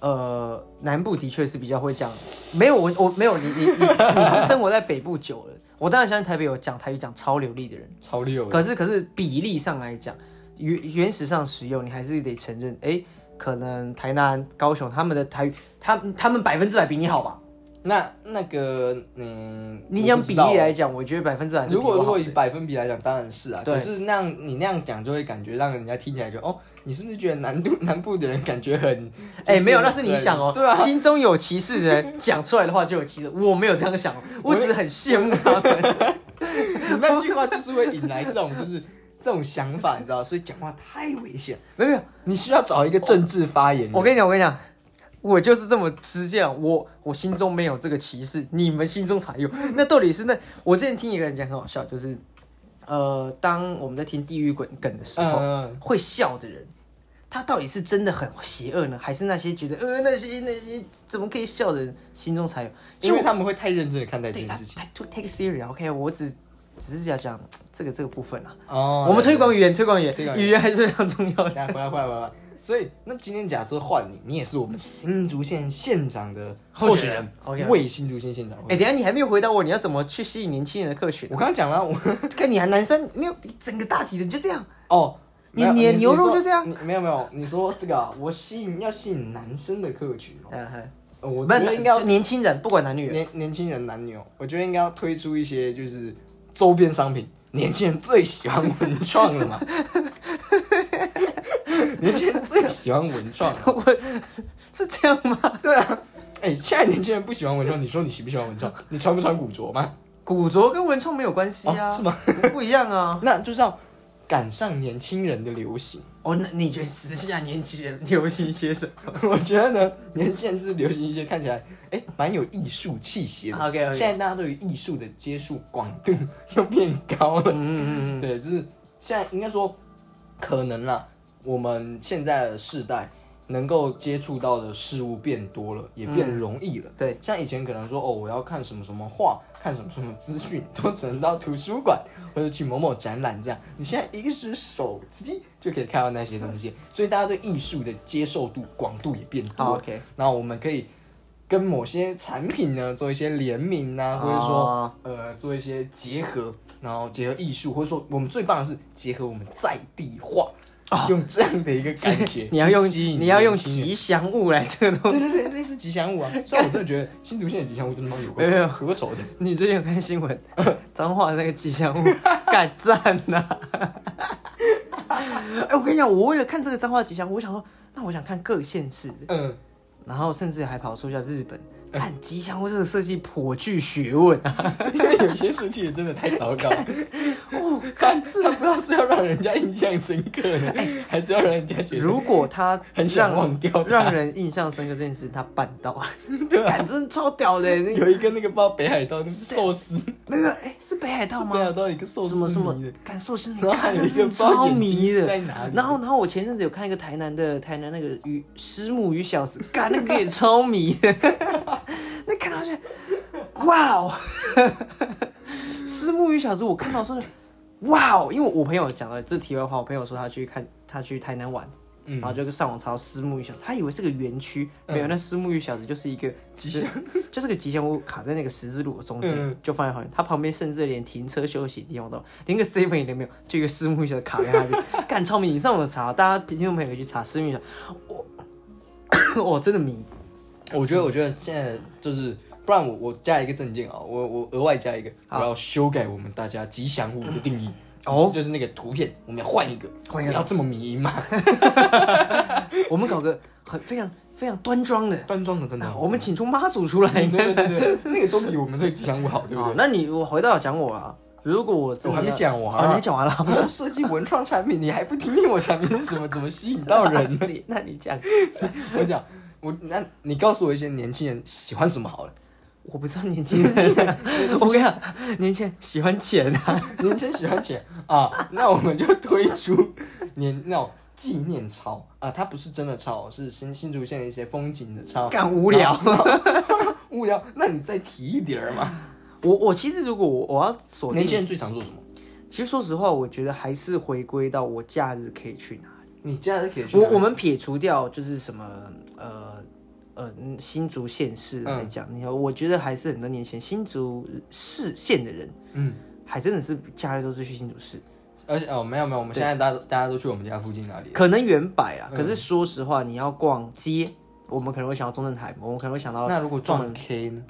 呃，南部的确是比较会讲，没有我我没有你你你你是生活在北部久了，我当然相信台北有讲台语讲超流利的人，超溜的。可是可是比例上来讲，原原始上使用，你还是得承认，哎、可能台南、高雄他们的台语，他他们百分之百比你好吧？那那个，嗯，你我讲不比知道例来讲，我觉得百分之百是如果比我如好果的以百分比来讲，当然是啊。对可是那样你那样讲，就会感觉让人家听起来就哦，你是不是觉得南部 南部的人感觉很？就哎、是没有，那是你想哦。对啊，心中有歧视的人讲出来的话就有歧视，我没有这样想哦，我只是很羡慕 他们。你那句话就是会引来这种就是 这种想法，你知道？所以讲话太危险，没有没有，你需要找一个政治发言人。我跟你讲，我跟你讲，我就是这么直接啊，我我心中没有这个歧视，你们心中才有。那到底是那？我之前听一个人讲很好笑，就是呃，当我们在听地狱梗梗的时候，嗯嗯会笑的人。他到底是真的很邪恶呢，还是那些觉得呃那些那些怎么可以笑的人心中才有？因为他们会太认真的看待这对件他事情。他 to take serious，OK，、我只只是要讲这个这个部分啊。哦我们推广语言，推广语推广言，语言语言还是非常重要的。来回来回来回来。所以，那今天假设换你，你也是我们新竹县县长的候候选选人人 OK，OK 为新竹县县长。哎、等一下你还没有回答我，你要怎么去吸引年轻人的客群我啊、刚刚讲了，我看你还啊男生没有，你整个大体的你就这 样。哦，你没有你的牛肉说就这样你没有没有，你说这个啊我吸引要吸引男生的客群哦，嗯哼，呃我我觉得应该要年轻人，不管男女人。年年轻人男女哦，我觉得应该要推出一些就是周边商品，年轻人最喜欢文创了嘛，年轻人最喜欢文创了，是这样吗？对啊，哎、现在年轻人不喜欢文创，你说你喜不喜欢文创？你穿不穿古着吗？古着跟文创没有关系啊、哦是吗？ 不一样啊。那就是要赶上年轻人的流行。哦，那你觉得时下年轻人流行些什么？ 我觉得呢，年轻人是流行一些看起来哎蛮有艺术气息的。 OK，OK 现在大家对于艺术的接触广度又变高了。嗯嗯嗯嗯，对，就是现在应该说，可能啦，我们现在的世代能够接触到的事物变多了，也变容易了。嗯对，像以前可能说哦，我要看什么什么画，看什么什么资讯，都只能到图书馆或者去某某展览这样。你现在一只手机就可以看到那些东西，所以大家对艺术的接受度、广度也变多好了。 ，OK 然后我们可以跟某些产品呢做一些联名啊，或者说、哦呃做一些结合，然后结合艺术，或者说我们最棒的是结合我们在地化，用这样的一个感觉，哦 你要用去吸引你要用年轻人吉祥物来这个东西。对对对，类似吉祥物 啊。虽然我真的觉得新竹县的吉祥物真的蛮有够没有有够丑的。你最近有看新闻， 彰化那个吉祥 物干赞啊呐！ 哎、我跟你讲，我为了看这个彰化吉祥物，我想说，那我想看各县市的，嗯，然后甚至还跑出一下日本。看吉祥物这个设计颇具学问啊！因为有些事情也真的太糟糕了。 哦，但这不知道是要让人家印象深刻呢，还是要让人家觉得如果他很想忘掉它让人印象深刻这件事，他办到， 对、啊，真的超屌的。那个有一个那个不知道北海道那个寿司，没有，哎、是北海道吗？北海道有一个寿司什么什么迷的，感受是然后还看有的一个是超迷不知道眼睛是的在哪里。然后，然后我前阵子有看一个台南的台南那个鱼石母鱼小子，干那个也超迷的。 那看到就，哇哦， 石母鱼小子，我看到说，哇哦，因为我朋友讲了这题外话，我朋友说他去看他去台南玩。嗯然后就上网查到石木鱼小子，他以为是个园区，没有，那石木鱼小子就是一个吉祥，就是个吉祥物卡在那个十字路口中间，嗯就放在旁边。它旁边甚至连停车休息的地方都没有连个 seven 也没有，就一个石木鱼小子卡在那边，干超迷！你上网查，大家听众朋友可以去查石木鱼小子，我 我真的迷，我觉得，我觉得现在就是，不然我我加一个证件啊，我我额外加一个，我要修改我们大家吉祥物的定义。哦就是那个图片，我们要换一个，换一个不要这么迷 嘛。我们搞个很非常非常端庄的，端庄的端那庄，啊我们请出妈祖出来。对对对对，那个都比我们这个吉祥物好，对不好，对？那你我回到讲我啊，如果我真的我还没要讲完哦你还讲完了。我说设计文创产品，你还不听听我产品是什么，怎么吸引到人？你 那你讲，我讲，我那你告诉我一些年轻人喜欢什么好了。我不知道年轻人， 我跟你讲，年轻人喜欢钱啊，年轻人喜欢钱啊， 那我们就推出年那种纪念钞啊，它不是真的钞，是新新竹县的一些风景的钞。啊干无聊。无聊，那你再提一点儿嘛。我我其实如果我我要锁定年轻人最常做什么？其实说实话，我觉得还是回归到我假日可以去哪。你假日可以去我哪里我们撇除掉就是什么呃呃嗯新竹县市嗯来讲，你看、我觉得还是很多年前新竹市县的人，嗯，还真的是假日都是去新竹市，而且哦，没有没有，我们现在大家大家都去我们家附近哪里？嗯可能原百啊。可是说实话，你要逛街，我们可能会想到中正台，我们可能会想到那如果撞 K 呢？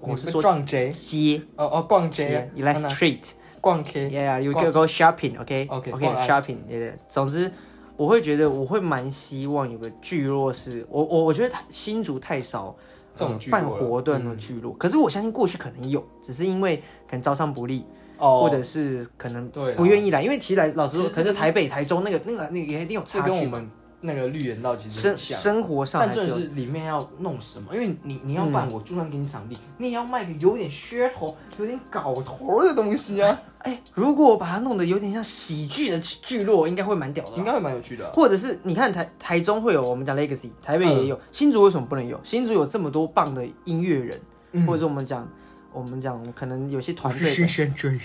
我是你说撞 J 街哦哦，逛 J 啊 you like 那 street。逛 K， Yeah, yeah, you 逛 can go shopping, OK? OK， OK, 逛啊 shopping. Yeah, yeah. 总之，我会觉得我会蛮希望有个聚落是，我我我觉得太新竹太少这种呃聚落嗯办活动的聚落，可是我相信过去可能有，只是因为可能招商不利，哦，或者是可能对啦啊不愿意来，因为其实来老实说，其实可能台北、台中那个那个那个也一定有这差跟我距嘛，们那个绿园道其实生很像。生活上嗯但还重是有点是里面要弄什么，因为你你要办，我就算给你场地，你也要卖个有点噱头、有点搞头的东西啊，哎、如果我把它弄得有点像喜剧的聚落，应该会 蛮屌的吧。应该会蛮有趣的啊。或者是你看台台中会有我们讲 legacy，台北也有，新竹为什么不能有？新竹有这么多棒的音乐人，或者是我们讲我们讲可能有些 团队的，鲜追，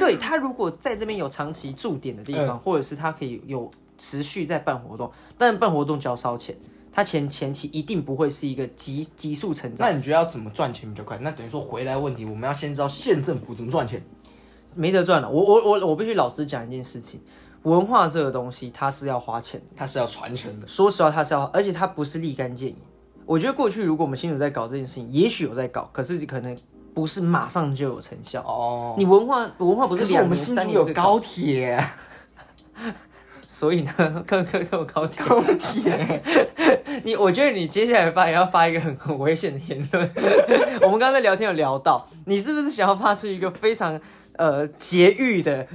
对他如果在这边有长期驻点的地方，或者是他可以有持续在办活动，但办活动就要烧钱，他前前期一定不会是一个急急速成长，那你觉得要怎么赚钱比较快？那等于说回来问题，我们要先知道县政府怎么赚钱。没得赚了。我我我我必须老实讲一件事情，文化这个东西它是要花钱的。它是要传承的，说实话，他是要，而且他不是立竿见影。我觉得过去如果我们新竹在搞这件事情，也许有在搞，可是可能不是马上就有成效。哦，你文化文化不可是是两我们年新三竹年就可有以搞，高铁， 所以呢，各各各有高铁。高铁， 你我觉得你接下来发言要发一个很很危险的言论。 我们刚刚在聊天有聊到，你是不是想要发出一个非常呃节育的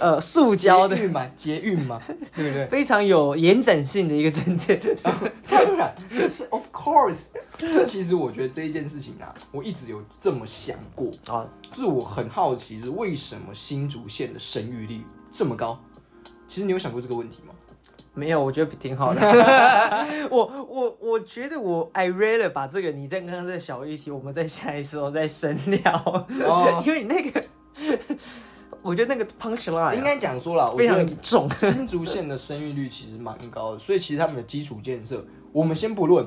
呃塑胶的捷运嘛，捷运嘛，对不对？非常有延展性的一个证件？当然，这是 of course。就其实我觉得这一件事情啊，我一直有这么想过，哦，就是我很好奇，是为什么新竹县的生育率这么高？其实你有想过这个问题吗？没有，我觉得挺 好的。我我我觉得我 I rather 把这个你在刚刚这个小议题，我们在下一次我再深聊，哦 因为你那个，我觉得那个啊 punch line 应该讲说了，我哎非觉常得重。 新竹县的生育率其实蛮高的，所以其实他们的基础建设，我们先不论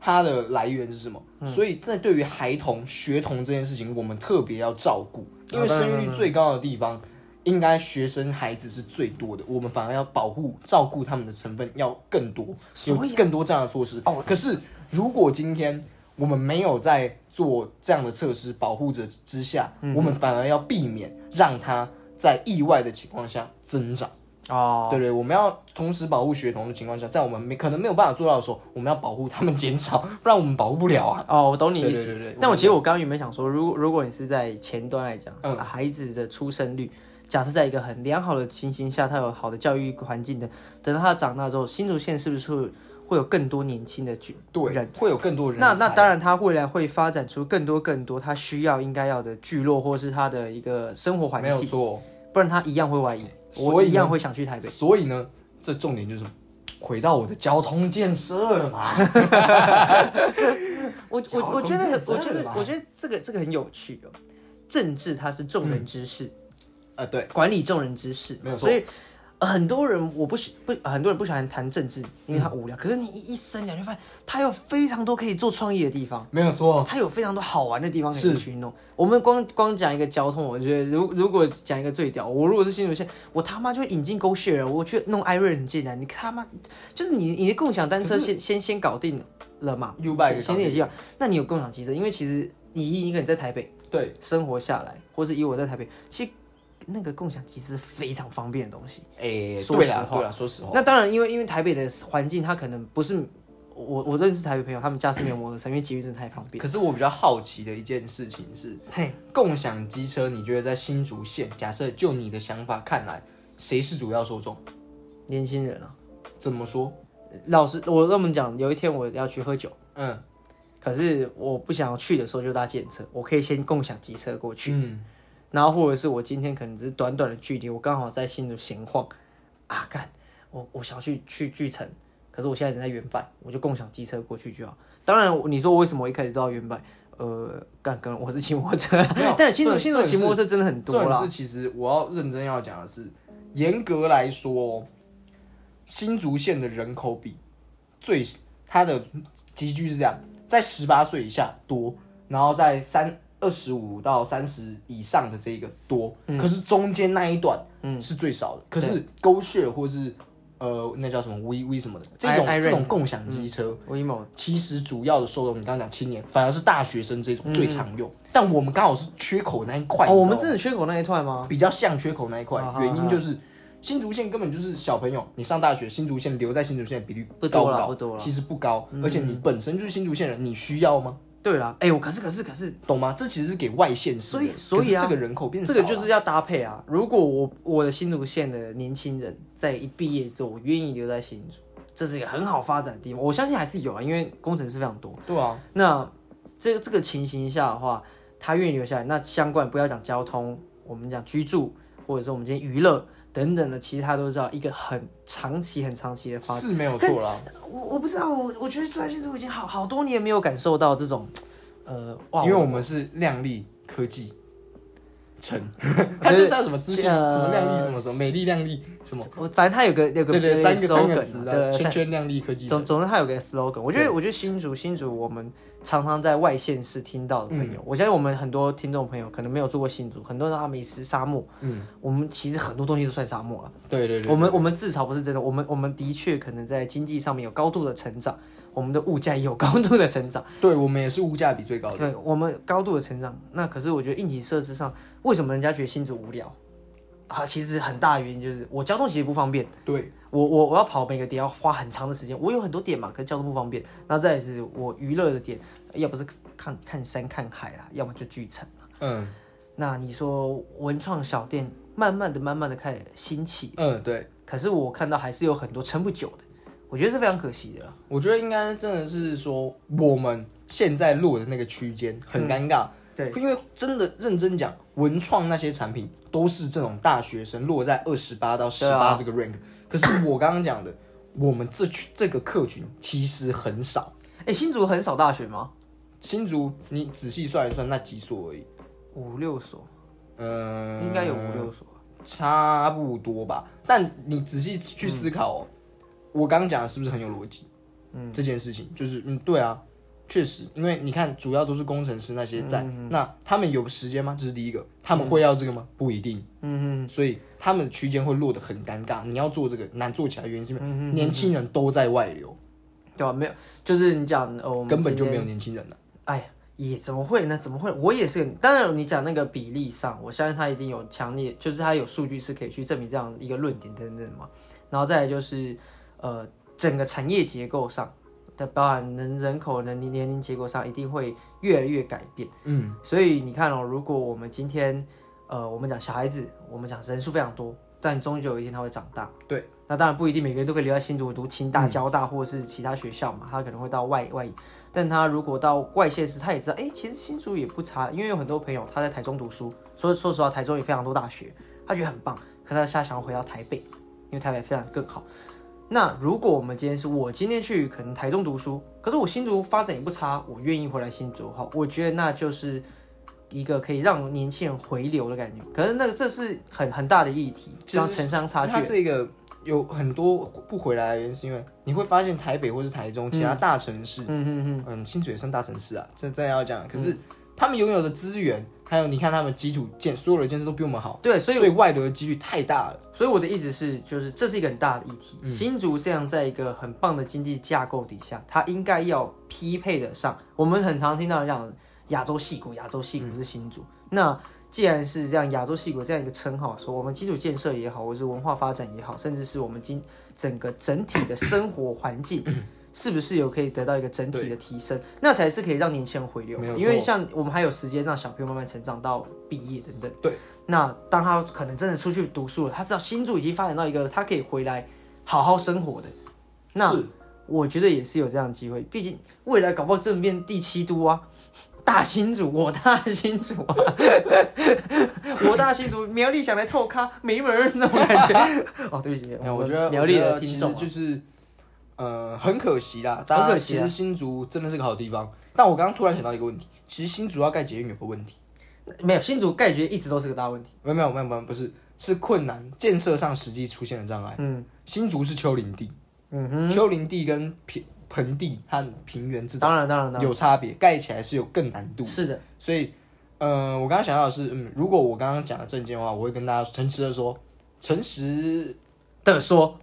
它的来源是什么，所以在对于孩童学童这件事情，我们特别要照顾，因为生育率最高的地方，应该学生孩子是最多的，我们反而要保护照顾他们的成分要更多，有更多这样的措施。哦，可是如果今天。我们没有在做这样的测试保护者之下，我们反而要避免让它在意外的情况下增长。哦，对对，我们要同时保护学童的情况下，在我们没可能没有办法做到的时候，我们要保护他们减少，不然我们保护不了啊。哦，我懂你意思。对对对对但我其实我刚刚原本想说，如果如果你是在前端来讲，啊嗯孩子的出生率，假设在一个很良好的情形下，他有好的教育环境的，等到他长大之后，新竹县是不是会会有更多年轻的举对，人？会有更多人那才那当然，他未来会发展出更多更多他需要应该要的聚落，或是他的一个生活环没有境，错。不然他一样会外移，我所以呢一样会想去台北。所以呢，这重点就是什么回到我的交通建设了嘛。我交我通我觉得很，建设我觉了得吧我觉得这个这个很有趣哦。政治它是众人之事，呃，对，管理众人之事，没有错所以。呃很多人我不喜不很多人不喜欢谈政治，因为他嗯无聊。可是你一一深聊，你会发现他有非常多可以做创意的地方。没有错。它有非常多好玩的地方可以去弄。我们光光讲一个交通，我觉得如如果讲一个最屌，我如果是新竹县，我他妈就会引进 GoShare，我去弄艾瑞很进来，你他妈就是你你的共享单车先先先搞定了嘛 U bike 先先也是要，那你有共享机车，因为其实你一一个人在台北对，生活下来，或是以我在台北，其实那个共享机车是非常方便的东西。哎说对实啦，话对啦，说实话，那当然，因为因为台北的环境，它可能不是我我认识台北朋友，他们家是没有摩托车，因为捷运真的太方便。可是我比较好奇的一件事情是，嘿，共享机车，你觉得在新竹县，假设就你的想法看来，谁是主要受众？年轻人啊。怎么说？老师，我跟我们讲，有一天我要去喝酒，嗯可是我不想去的时候就搭计程车，我可以先共享机车过去，嗯，然后或者是我今天可能只是短短的距离，我刚好在新竹闲晃，啊干，我我想要去去巨城，可是我现在人在原版，我就共享机车过去就好。当然，你说为什么我一开始都要原版？呃，干可能我是骑摩托 车，但新手这新手骑摩托车真的很多啊这啦是。其实我要认真要讲的是，严格来说，新竹县的人口比最它的集聚是这样，在十八岁以下多，然后在三二十五到三十以上的这一个多，嗯可是中间那一段是最少的。可是狗血或是呃那叫什么 V V 什么的这种 i- 嗯 Iron 这种共享机车，我 emo 其实主要的受众，你刚刚讲青年，反而是大学生这种最常用。但我们刚好是缺口那一块，嗯哦，我们这真的缺口那一块吗？比较像缺口那一块啊啊，哈原因就是新竹县根本就是小朋友，你上大学新竹县留在新竹县的比率不高多啦高？不多啦嗯其实不高，而且你本身就是新竹县人，你需要吗？对啦，哎，我可是可是可是，懂吗？这其实是给外县市的，所以所以可啊是这个人口变这少个了就是要搭配啊。如果我我的新竹县的年轻人在一毕业之后，我愿意留在新竹，这是一个很好发展的地方。我相信还是有啊，因为工程师非常多。对啊，那这个这个情形下的话，他愿意留下来，那相关不要讲交通，我们讲居住，或者说我们今天娱乐等等的，其实他都知道一个很长期、很长期的发展。是没有错啦。我我不知道，我我觉得住在新竹已经好好多年没有感受到这种，呃，哇，因为我们是亮丽科技 城，它它就就是是要什么资讯，呃什么亮丽，什么什么美丽亮丽，什么我反正他有个有个对对，有三个三个 slogan 词啊的对圈圈亮丽科技城总。总之，它有个 slogan。我觉得，我觉得新竹新竹，我们常常在外县市听到的朋嗯友，我相信我们很多听众朋友可能没有住过新竹，很多人说啊美食沙漠，嗯，我们其实很多东西都算沙漠了。对对对，我们我们自嘲不是这种，我们我们的确可能在经济上面有高度的成长，我们的物价也有高度的成长，对我们也是物价比最高的。对我们高度的成长。那可是我觉得硬体设施上，为什么人家觉得新竹无聊？啊，其实很大原因就是我交通其实不方便。对，我我我要跑每个点要花很长的时间，我有很多点嘛，可是交通不方便。那再来是我娱乐的点，要不是看看山看海啦，要么就聚餐。嗯那你说文创小店慢慢的、慢慢的开始兴起，嗯，对。可是我看到还是有很多撑不久的，我觉得是非常可惜的啦。我觉得应该真的是说，我们现在录的那个区间很尴尬、嗯对，因为真的认真讲，文创那些产品都是这种大学生落在二十八到十对啊八这个 rank，、可是我刚刚讲的，我们这群这个客群其实很少。哎，新竹很少大学吗？新竹，你仔细算一算，那几所而已，五六所，嗯，应该有五六所。差不多吧。但你仔细去思考、哦，我刚刚讲的是不是很有逻辑？嗯，这件事情就是，嗯，对啊，确实，因为你看，主要都是工程师那些在，嗯那他们有时间吗？这是第一个，他们会要这个吗？不一定。嗯所以他们区间会落得很尴尬。你要做这个难做起来，原因是嗯因为年轻人都在外流，哼，对吧、啊没有，就是你讲，呃，我们根本就今没有天年轻人了。哎呀，也怎么会呢？怎么会？我也是个，当然你讲那个比例上，我相信他一定有强烈，就是他有数据是可以去证明这样一个论点等等嘛。然后再来就是，呃，整个产业结构上，的包含人人口、人龄、年龄结构上，一定会越来越改变。嗯，所以你看哦，如果我们今天，呃，我们讲小孩子，我们讲人数非常多，但终究有一天他会长大。对，那当然不一定每个人都可以留在新竹读清大、交大或是其他学校嘛，他可能会到外外，但他如果到外县市，他也知道，哎，其实新竹也不差，因为有很多朋友他在台中读书，所以说实话，台中也非常多大学，他觉得很棒，可他现在想要回到台北，因为台北非常更好。那如果我们今天是我今天去可能台中读书，可是我新竹发展也不差，我愿意回来新竹的话，我觉得那就是一个可以让年轻人回流的感觉。可是那个这是很很大的议题，其实像城乡差距它。这个有很多不回来的原因，是因为你会发现台北或是台中其他大城市，嗯嗯嗯，嗯，新竹也算大城市啊，这真的要讲。可是他们拥有的资源，还有你看他们基础建，所有的建设都比我们好，对，所以所以外流的几率太大了。所以我的意思是，就是这是一个很大的议题。新竹这样在一个很棒的经济架构底下，它应该要匹配得上。我们很常听到人讲亚洲戏骨，亚洲戏嗯骨是新竹。那既然是这样亚洲戏骨这样一个称号，说我们基础建设也好，或是文化发展也好，甚至是我们今整个整体的生活 环境。是不是有可以得到一个整体的提升，那才是可以让年轻人回流没有。错因为像我们还有时间让小朋友慢慢成长到毕业等等。对，那当他可能真的出去读书了，他知道新竹已经发展到一个他可以回来好好生活的，那是我觉得也是有这样的机会。毕竟未来搞不好正面第七都啊，大新竹，我大新竹 啊，我大新竹，苗栗想来 凑咖没门儿那种感觉。哦，对不起，哎没有，我觉得苗栗我觉的得听众啊其实就是呃，很可惜啦，大很家可惜其啊实新竹真的是个好地方，但我刚刚突然想到一个问题，其实新竹要盖捷运有个问题，没有新竹盖局一直都是个大问题。没有没有没有没有，不是，是困难建设上实际出现的障碍。嗯新竹是丘陵地，嗯哼，丘陵地跟平盆地和平原之当然当然当有差别，盖起来是有更难度然，。是的，所以，呃，我刚刚想到的是，嗯，如果我刚刚讲的证件的话，我会跟大家诚实的说，诚实的说，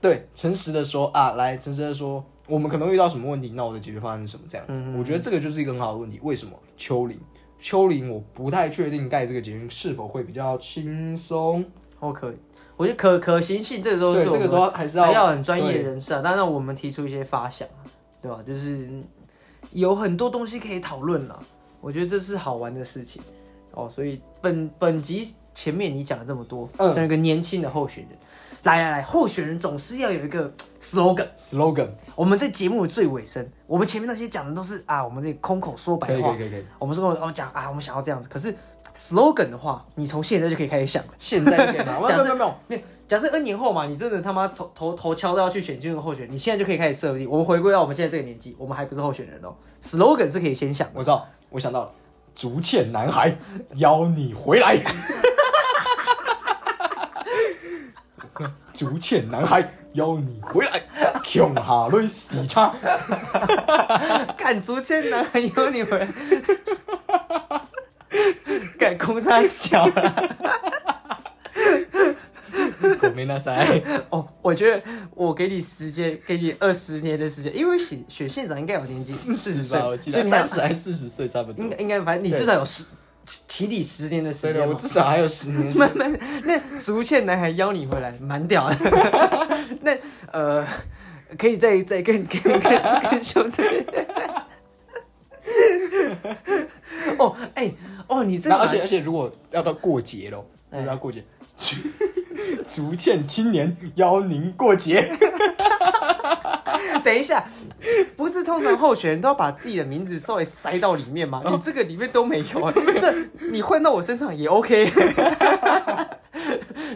对，诚实的说啊，来，诚实的说，我们可能遇到什么问题，那我的解决方案是什么？这样子，嗯我觉得这个就是一个很好的问题。为什么丘陵？丘陵我不太确定盖这个捷运是否会比较轻松，我哦可以，我觉得可可行性这个都对，是这我个们都还是要还要很专业的对人士啊。但是我们提出一些发想啊，对吧？就是有很多东西可以讨论了，我觉得这是好玩的事情哦。所以本本集前面你讲了这么多，嗯身为一个年轻的候选人，来来来，候选人总是要有一个 slogan。 slogan，我们这节目的最尾声，我们前面那些讲的都是啊，我们这空口说白可以话可以，可以可以，我们是跟我们讲啊，我们想要这样子。可是 slogan 的话，你从现在就可以开始想了。现在就可以 拿，没假有设没有没有，没有，假设 N 年后嘛，你真的他妈头头头敲到要去选军人候选人，你现在就可以开始设定。我们回归到我们现在这个年纪，我们还不是候选人哦。slogan 是可以先想 的，我知道，我想到了，竹堑男孩 邀你回来， 竹堑男孩邀你回来， 穷哈瑞喜叉。干竹签男孩有你们，干空山小啦。ごめんなさい。 哦，我觉得我给你时间，给你二十年的时间，因为选选县长应该有年纪，四十岁，吧，我记得所以你还 三十还是四十岁差不多应。该应该，反正你至少有十起起底十年的时对间对，我嘛。至少还有十年。 慢慢， 那竹堑男孩邀你回来，蛮屌的。 那呃，可以再再更更更更凶这个。 哦，哎、哦，你这那个而且而且，如果要到过节喽，就是要过节， 竹堑青年邀您过 节。 等一下，不是通常候选人都要把自己的名字稍微塞到里面吗？哦你这个里面都没有、啊，这你换到我身上也 OK，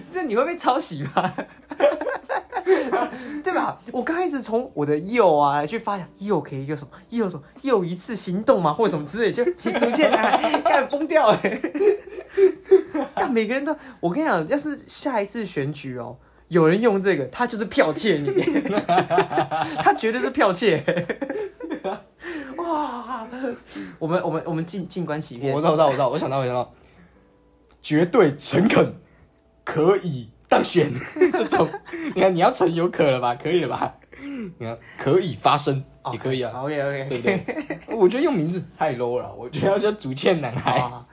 这你会被抄袭吧？ 对吧？我刚开始从我的又啊去发想，又可以有什么，又什么，又一次行动嘛，或什么之类，就 你逐渐哎干疯掉 哎、但每个人都，我跟你讲，要是下一次选举哦，有人用这个，他就是剽窃你。 他绝对是剽窃。 哇！我们我们我们静静观其变我知。道，我知道，我知道，我想到，我想到，绝对诚恳，可以当选。 这种，你看你要诚有可了吧？可以了吧？你看可以发声，也可以啊， OK OK，对不 对？我觉得用名字太 low 了，我觉得要叫竹堑男孩。哦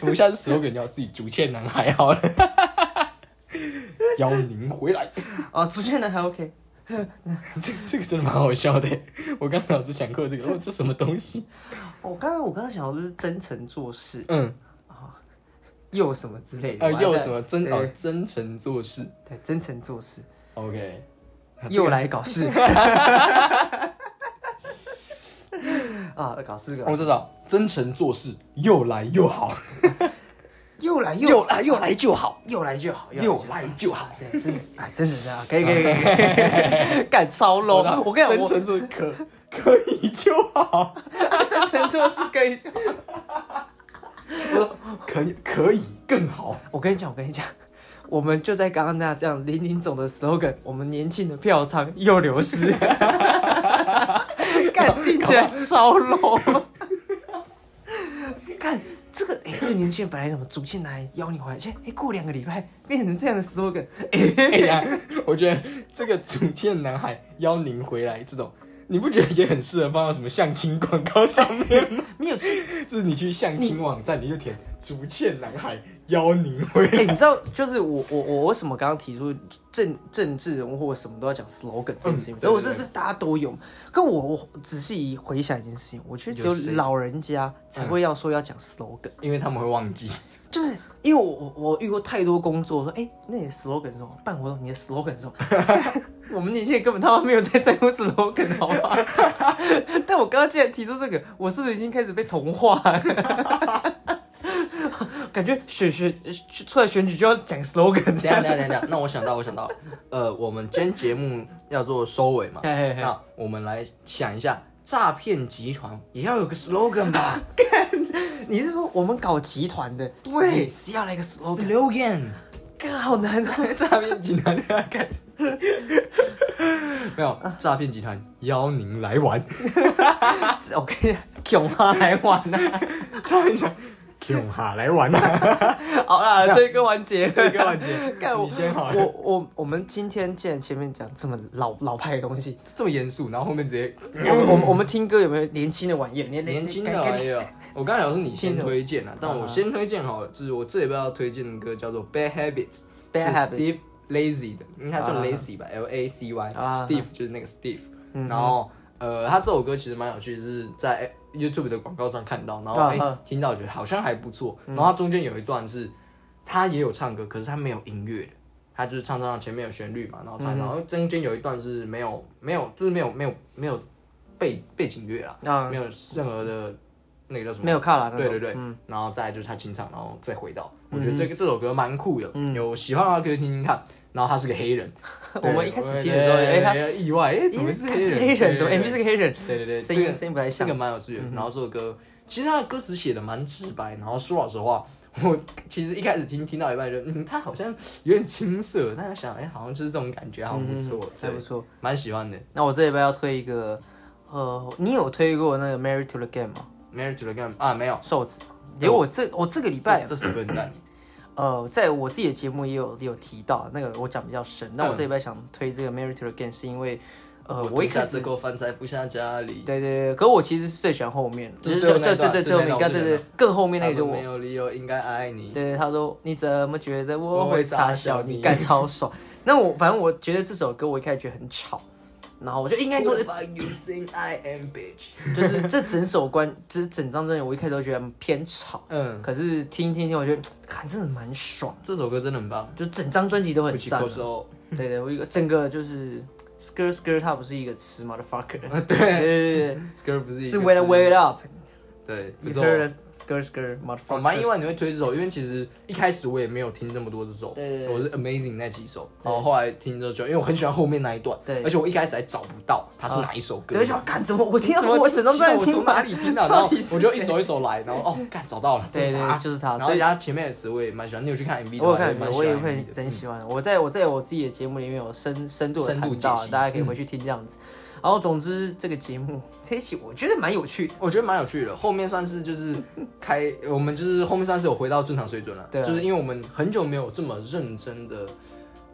我下次 slogan 叫自己竹堑男孩好了，邀您回来。哦，竹签男还 OK。这这个真的蛮好笑的，我刚脑子想过这个，哦，这什么东西？哦我刚刚我刚刚想到就是真诚做事，嗯，又什么之类的。呃，我还又在什么真对哦真诚做事对，真诚做事， ，OK，啊又来搞 事。啊，搞事搞我事，知道真诚做事又来又好，又来又又来又来就好，又来就好，又好来就好。对，真的，哎，真的这样，可以可以可以 可以，干超 low！我跟你讲，真我诚做事可可以就好， 真诚做事可以就好可以可以更好。我跟你讲，我跟你讲， 我们就在刚刚那这样林林总的 slogan，我们年轻的票仓又流失， 干听起来超 low。看这个，哎、这个年轻人本来怎么逐渐来邀你回来，现在哎、过两个礼拜变成这样的 slogan，哎、 哎呀，我觉得这个主见男孩邀您回来这种，你不觉得也很适合放到什么相亲广告上面 吗？没有这就是你去相亲网站，你就填“竹堑男孩邀您回哎、来你知道，就是我我我为什么刚刚提出政政治人物或什么都要讲 slogan 这件嗯事情？所以我这是大家都有。可我我仔细回想一件事情，我觉得只有谁有老人家才会要说要讲 slogan，”，因为他们会忘记。就是因为我我我遇过太多工作说，哎、那你的 slogan 是什么？办活动你的 slogan 是什么？我们年轻人根本他妈没有在在乎 slogan 好 吗？但 我刚刚既然提出这个，我是不是已经开始被同化了？感觉选选出来选举就要讲 slogan 等一下，等一下，等一下，那我想到，我想到了，呃，我们今天节目要做收尾嘛，嘿嘿嘿那我们来想一下，诈骗集团也要有个 slogan 吧？你是说我们搞集团的？对，是要来个 slogan。 干好难啊！诈骗集团的感 觉，没有，诈骗集团邀您来玩，我跟你讲，囧哈来玩呐、诈骗集团。用哈来玩啊！好啦，这个 环节，这一个环节 干我你先好了我我我们今天既然前面讲这么老老派的东西，这么严肃，然后后面直接我们我们我们听歌有没有年轻的玩意儿？年嗯年轻的干干玩意 儿。我刚才想说你先什么推荐 啊，但我先推荐好了，就是我这礼拜要推荐的歌叫做《Bad Habits》 Bad 是 Habits Steve Lazy 的，因为他叫啊 Lazy 吧，L A C 啊嗯 Y，Steve 就是那个 Steve。然后呃，他这首歌其实蛮有趣，是在 YouTube 的广告上看到，然后啊哎啊嗯听到觉得好像还不错。然后他中间有一段是他也有唱歌，可是他没有音乐的。他就是唱唱前面有旋律嘛，然后嗯唱唱，然后中间有一段是没有没有，就是没有没有没有背背景乐啦，啊没，有任何的那个叫什么？没有卡啦，那对种对对，嗯，然后再来就是他清唱，然后再回到，我觉得这个这首歌蛮酷的，嗯有喜欢的话可以听听看。然后他是个黑 人，我们对一开始听的时候哎他他意外，哎，怎么是他黑是人？黑人？怎么对 MV 是个黑人？对对对，声这音个声音不太这像嗯个。蛮有趣的。然后这首歌，其实他的歌词写的蛮直白，然后说老实话。我其实一开始听听到一半就，嗯，他好像有点青涩，但是想，哎、好像就是这种感觉，好像不错，嗯还不对，错。蛮喜欢的。那我这礼拜要推一个，呃，你有推过那个《Married to the Game》吗？ Married to the Gun 啊，没有，瘦子，因为我这我这个礼拜这这首歌很赞，呃，在我自己的节目也有也有提到，那个我讲比较深。嗯那我这一拜想推这个《Married to the Game》，是因为，呃，我一开始吃过饭菜不下家里，对对对，可我其实是最喜欢后面的，就是是最后那对一对段对就最后那一面，段对我最对喜对，更后面那个就他我们没有理由应该爱你。对，他说你怎么觉得我我会会嘲嘲笑笑你？你干超爽。那我反正我觉得这首歌我一开始觉得很吵，然后我就应该说 Fuck you think I am bitch？ 就是这整首关，这整张专辑我一开始都觉得偏吵，嗯，可是听一听一听，我觉得看真的蛮爽，这首歌真的很棒。就整张专辑都很不起赞口啊。手，对对，我一个整个就是 skr skr，它不是一个词嘛的 fucker，啊 对对对这歌不 是对，一是个 wait up 字 wait up，对，不 you 错。 heard skr skr 我蛮意 motherfucker。外你会推这首，因为其实一开始我也没有听那么多这首，对对对我是 Amazing 那几首，对然后后来听这首，因为我很喜欢后面那一段，对啊而且我一开始还找不到它是哪一首歌，等一下，干怎么我听到怎么我整张专辑我听从哪完，里听到，啊然到后底是我就谁一首一首来，然后哦，干找到了，对对，就就是是它，他，然所后以加前面的词我也蛮喜欢，你有去看 MV 的话，我有看也蛮喜欢我也 MV 会的真喜欢。我在我在我自己的节目里面有深嗯深度的嗯深度谈到解，析大家可以回去听这样子。然后总之这个节目这一期我觉得蛮有趣的，我觉得蛮有趣的。后面算是就是 开，我们就是后面算是有回到正常水准了。对啊就是因为我们很久没有这么认真的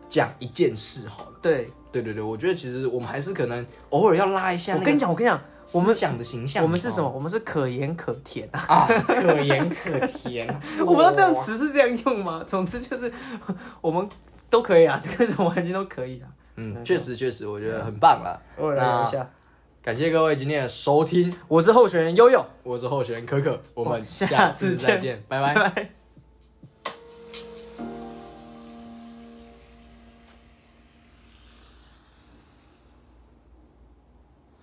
讲一件事好了。对对对对，我觉得其实我们还是可能偶尔要拉一下我那跟你个讲，我跟你讲，我思们想的形象。我们是什么？么我们是可盐可甜啊！ 啊？可盐可甜。我不知道这样词是这样用吗？总之就是我们都可以啊，这各种环境都可以啊。 嗯，确实确实，我觉得很棒啦。偶尔来那聊一下。感谢各位今天的收听，我是候选人悠悠，我是候选人可可，我哦们下下次次再见见，拜拜。拜拜。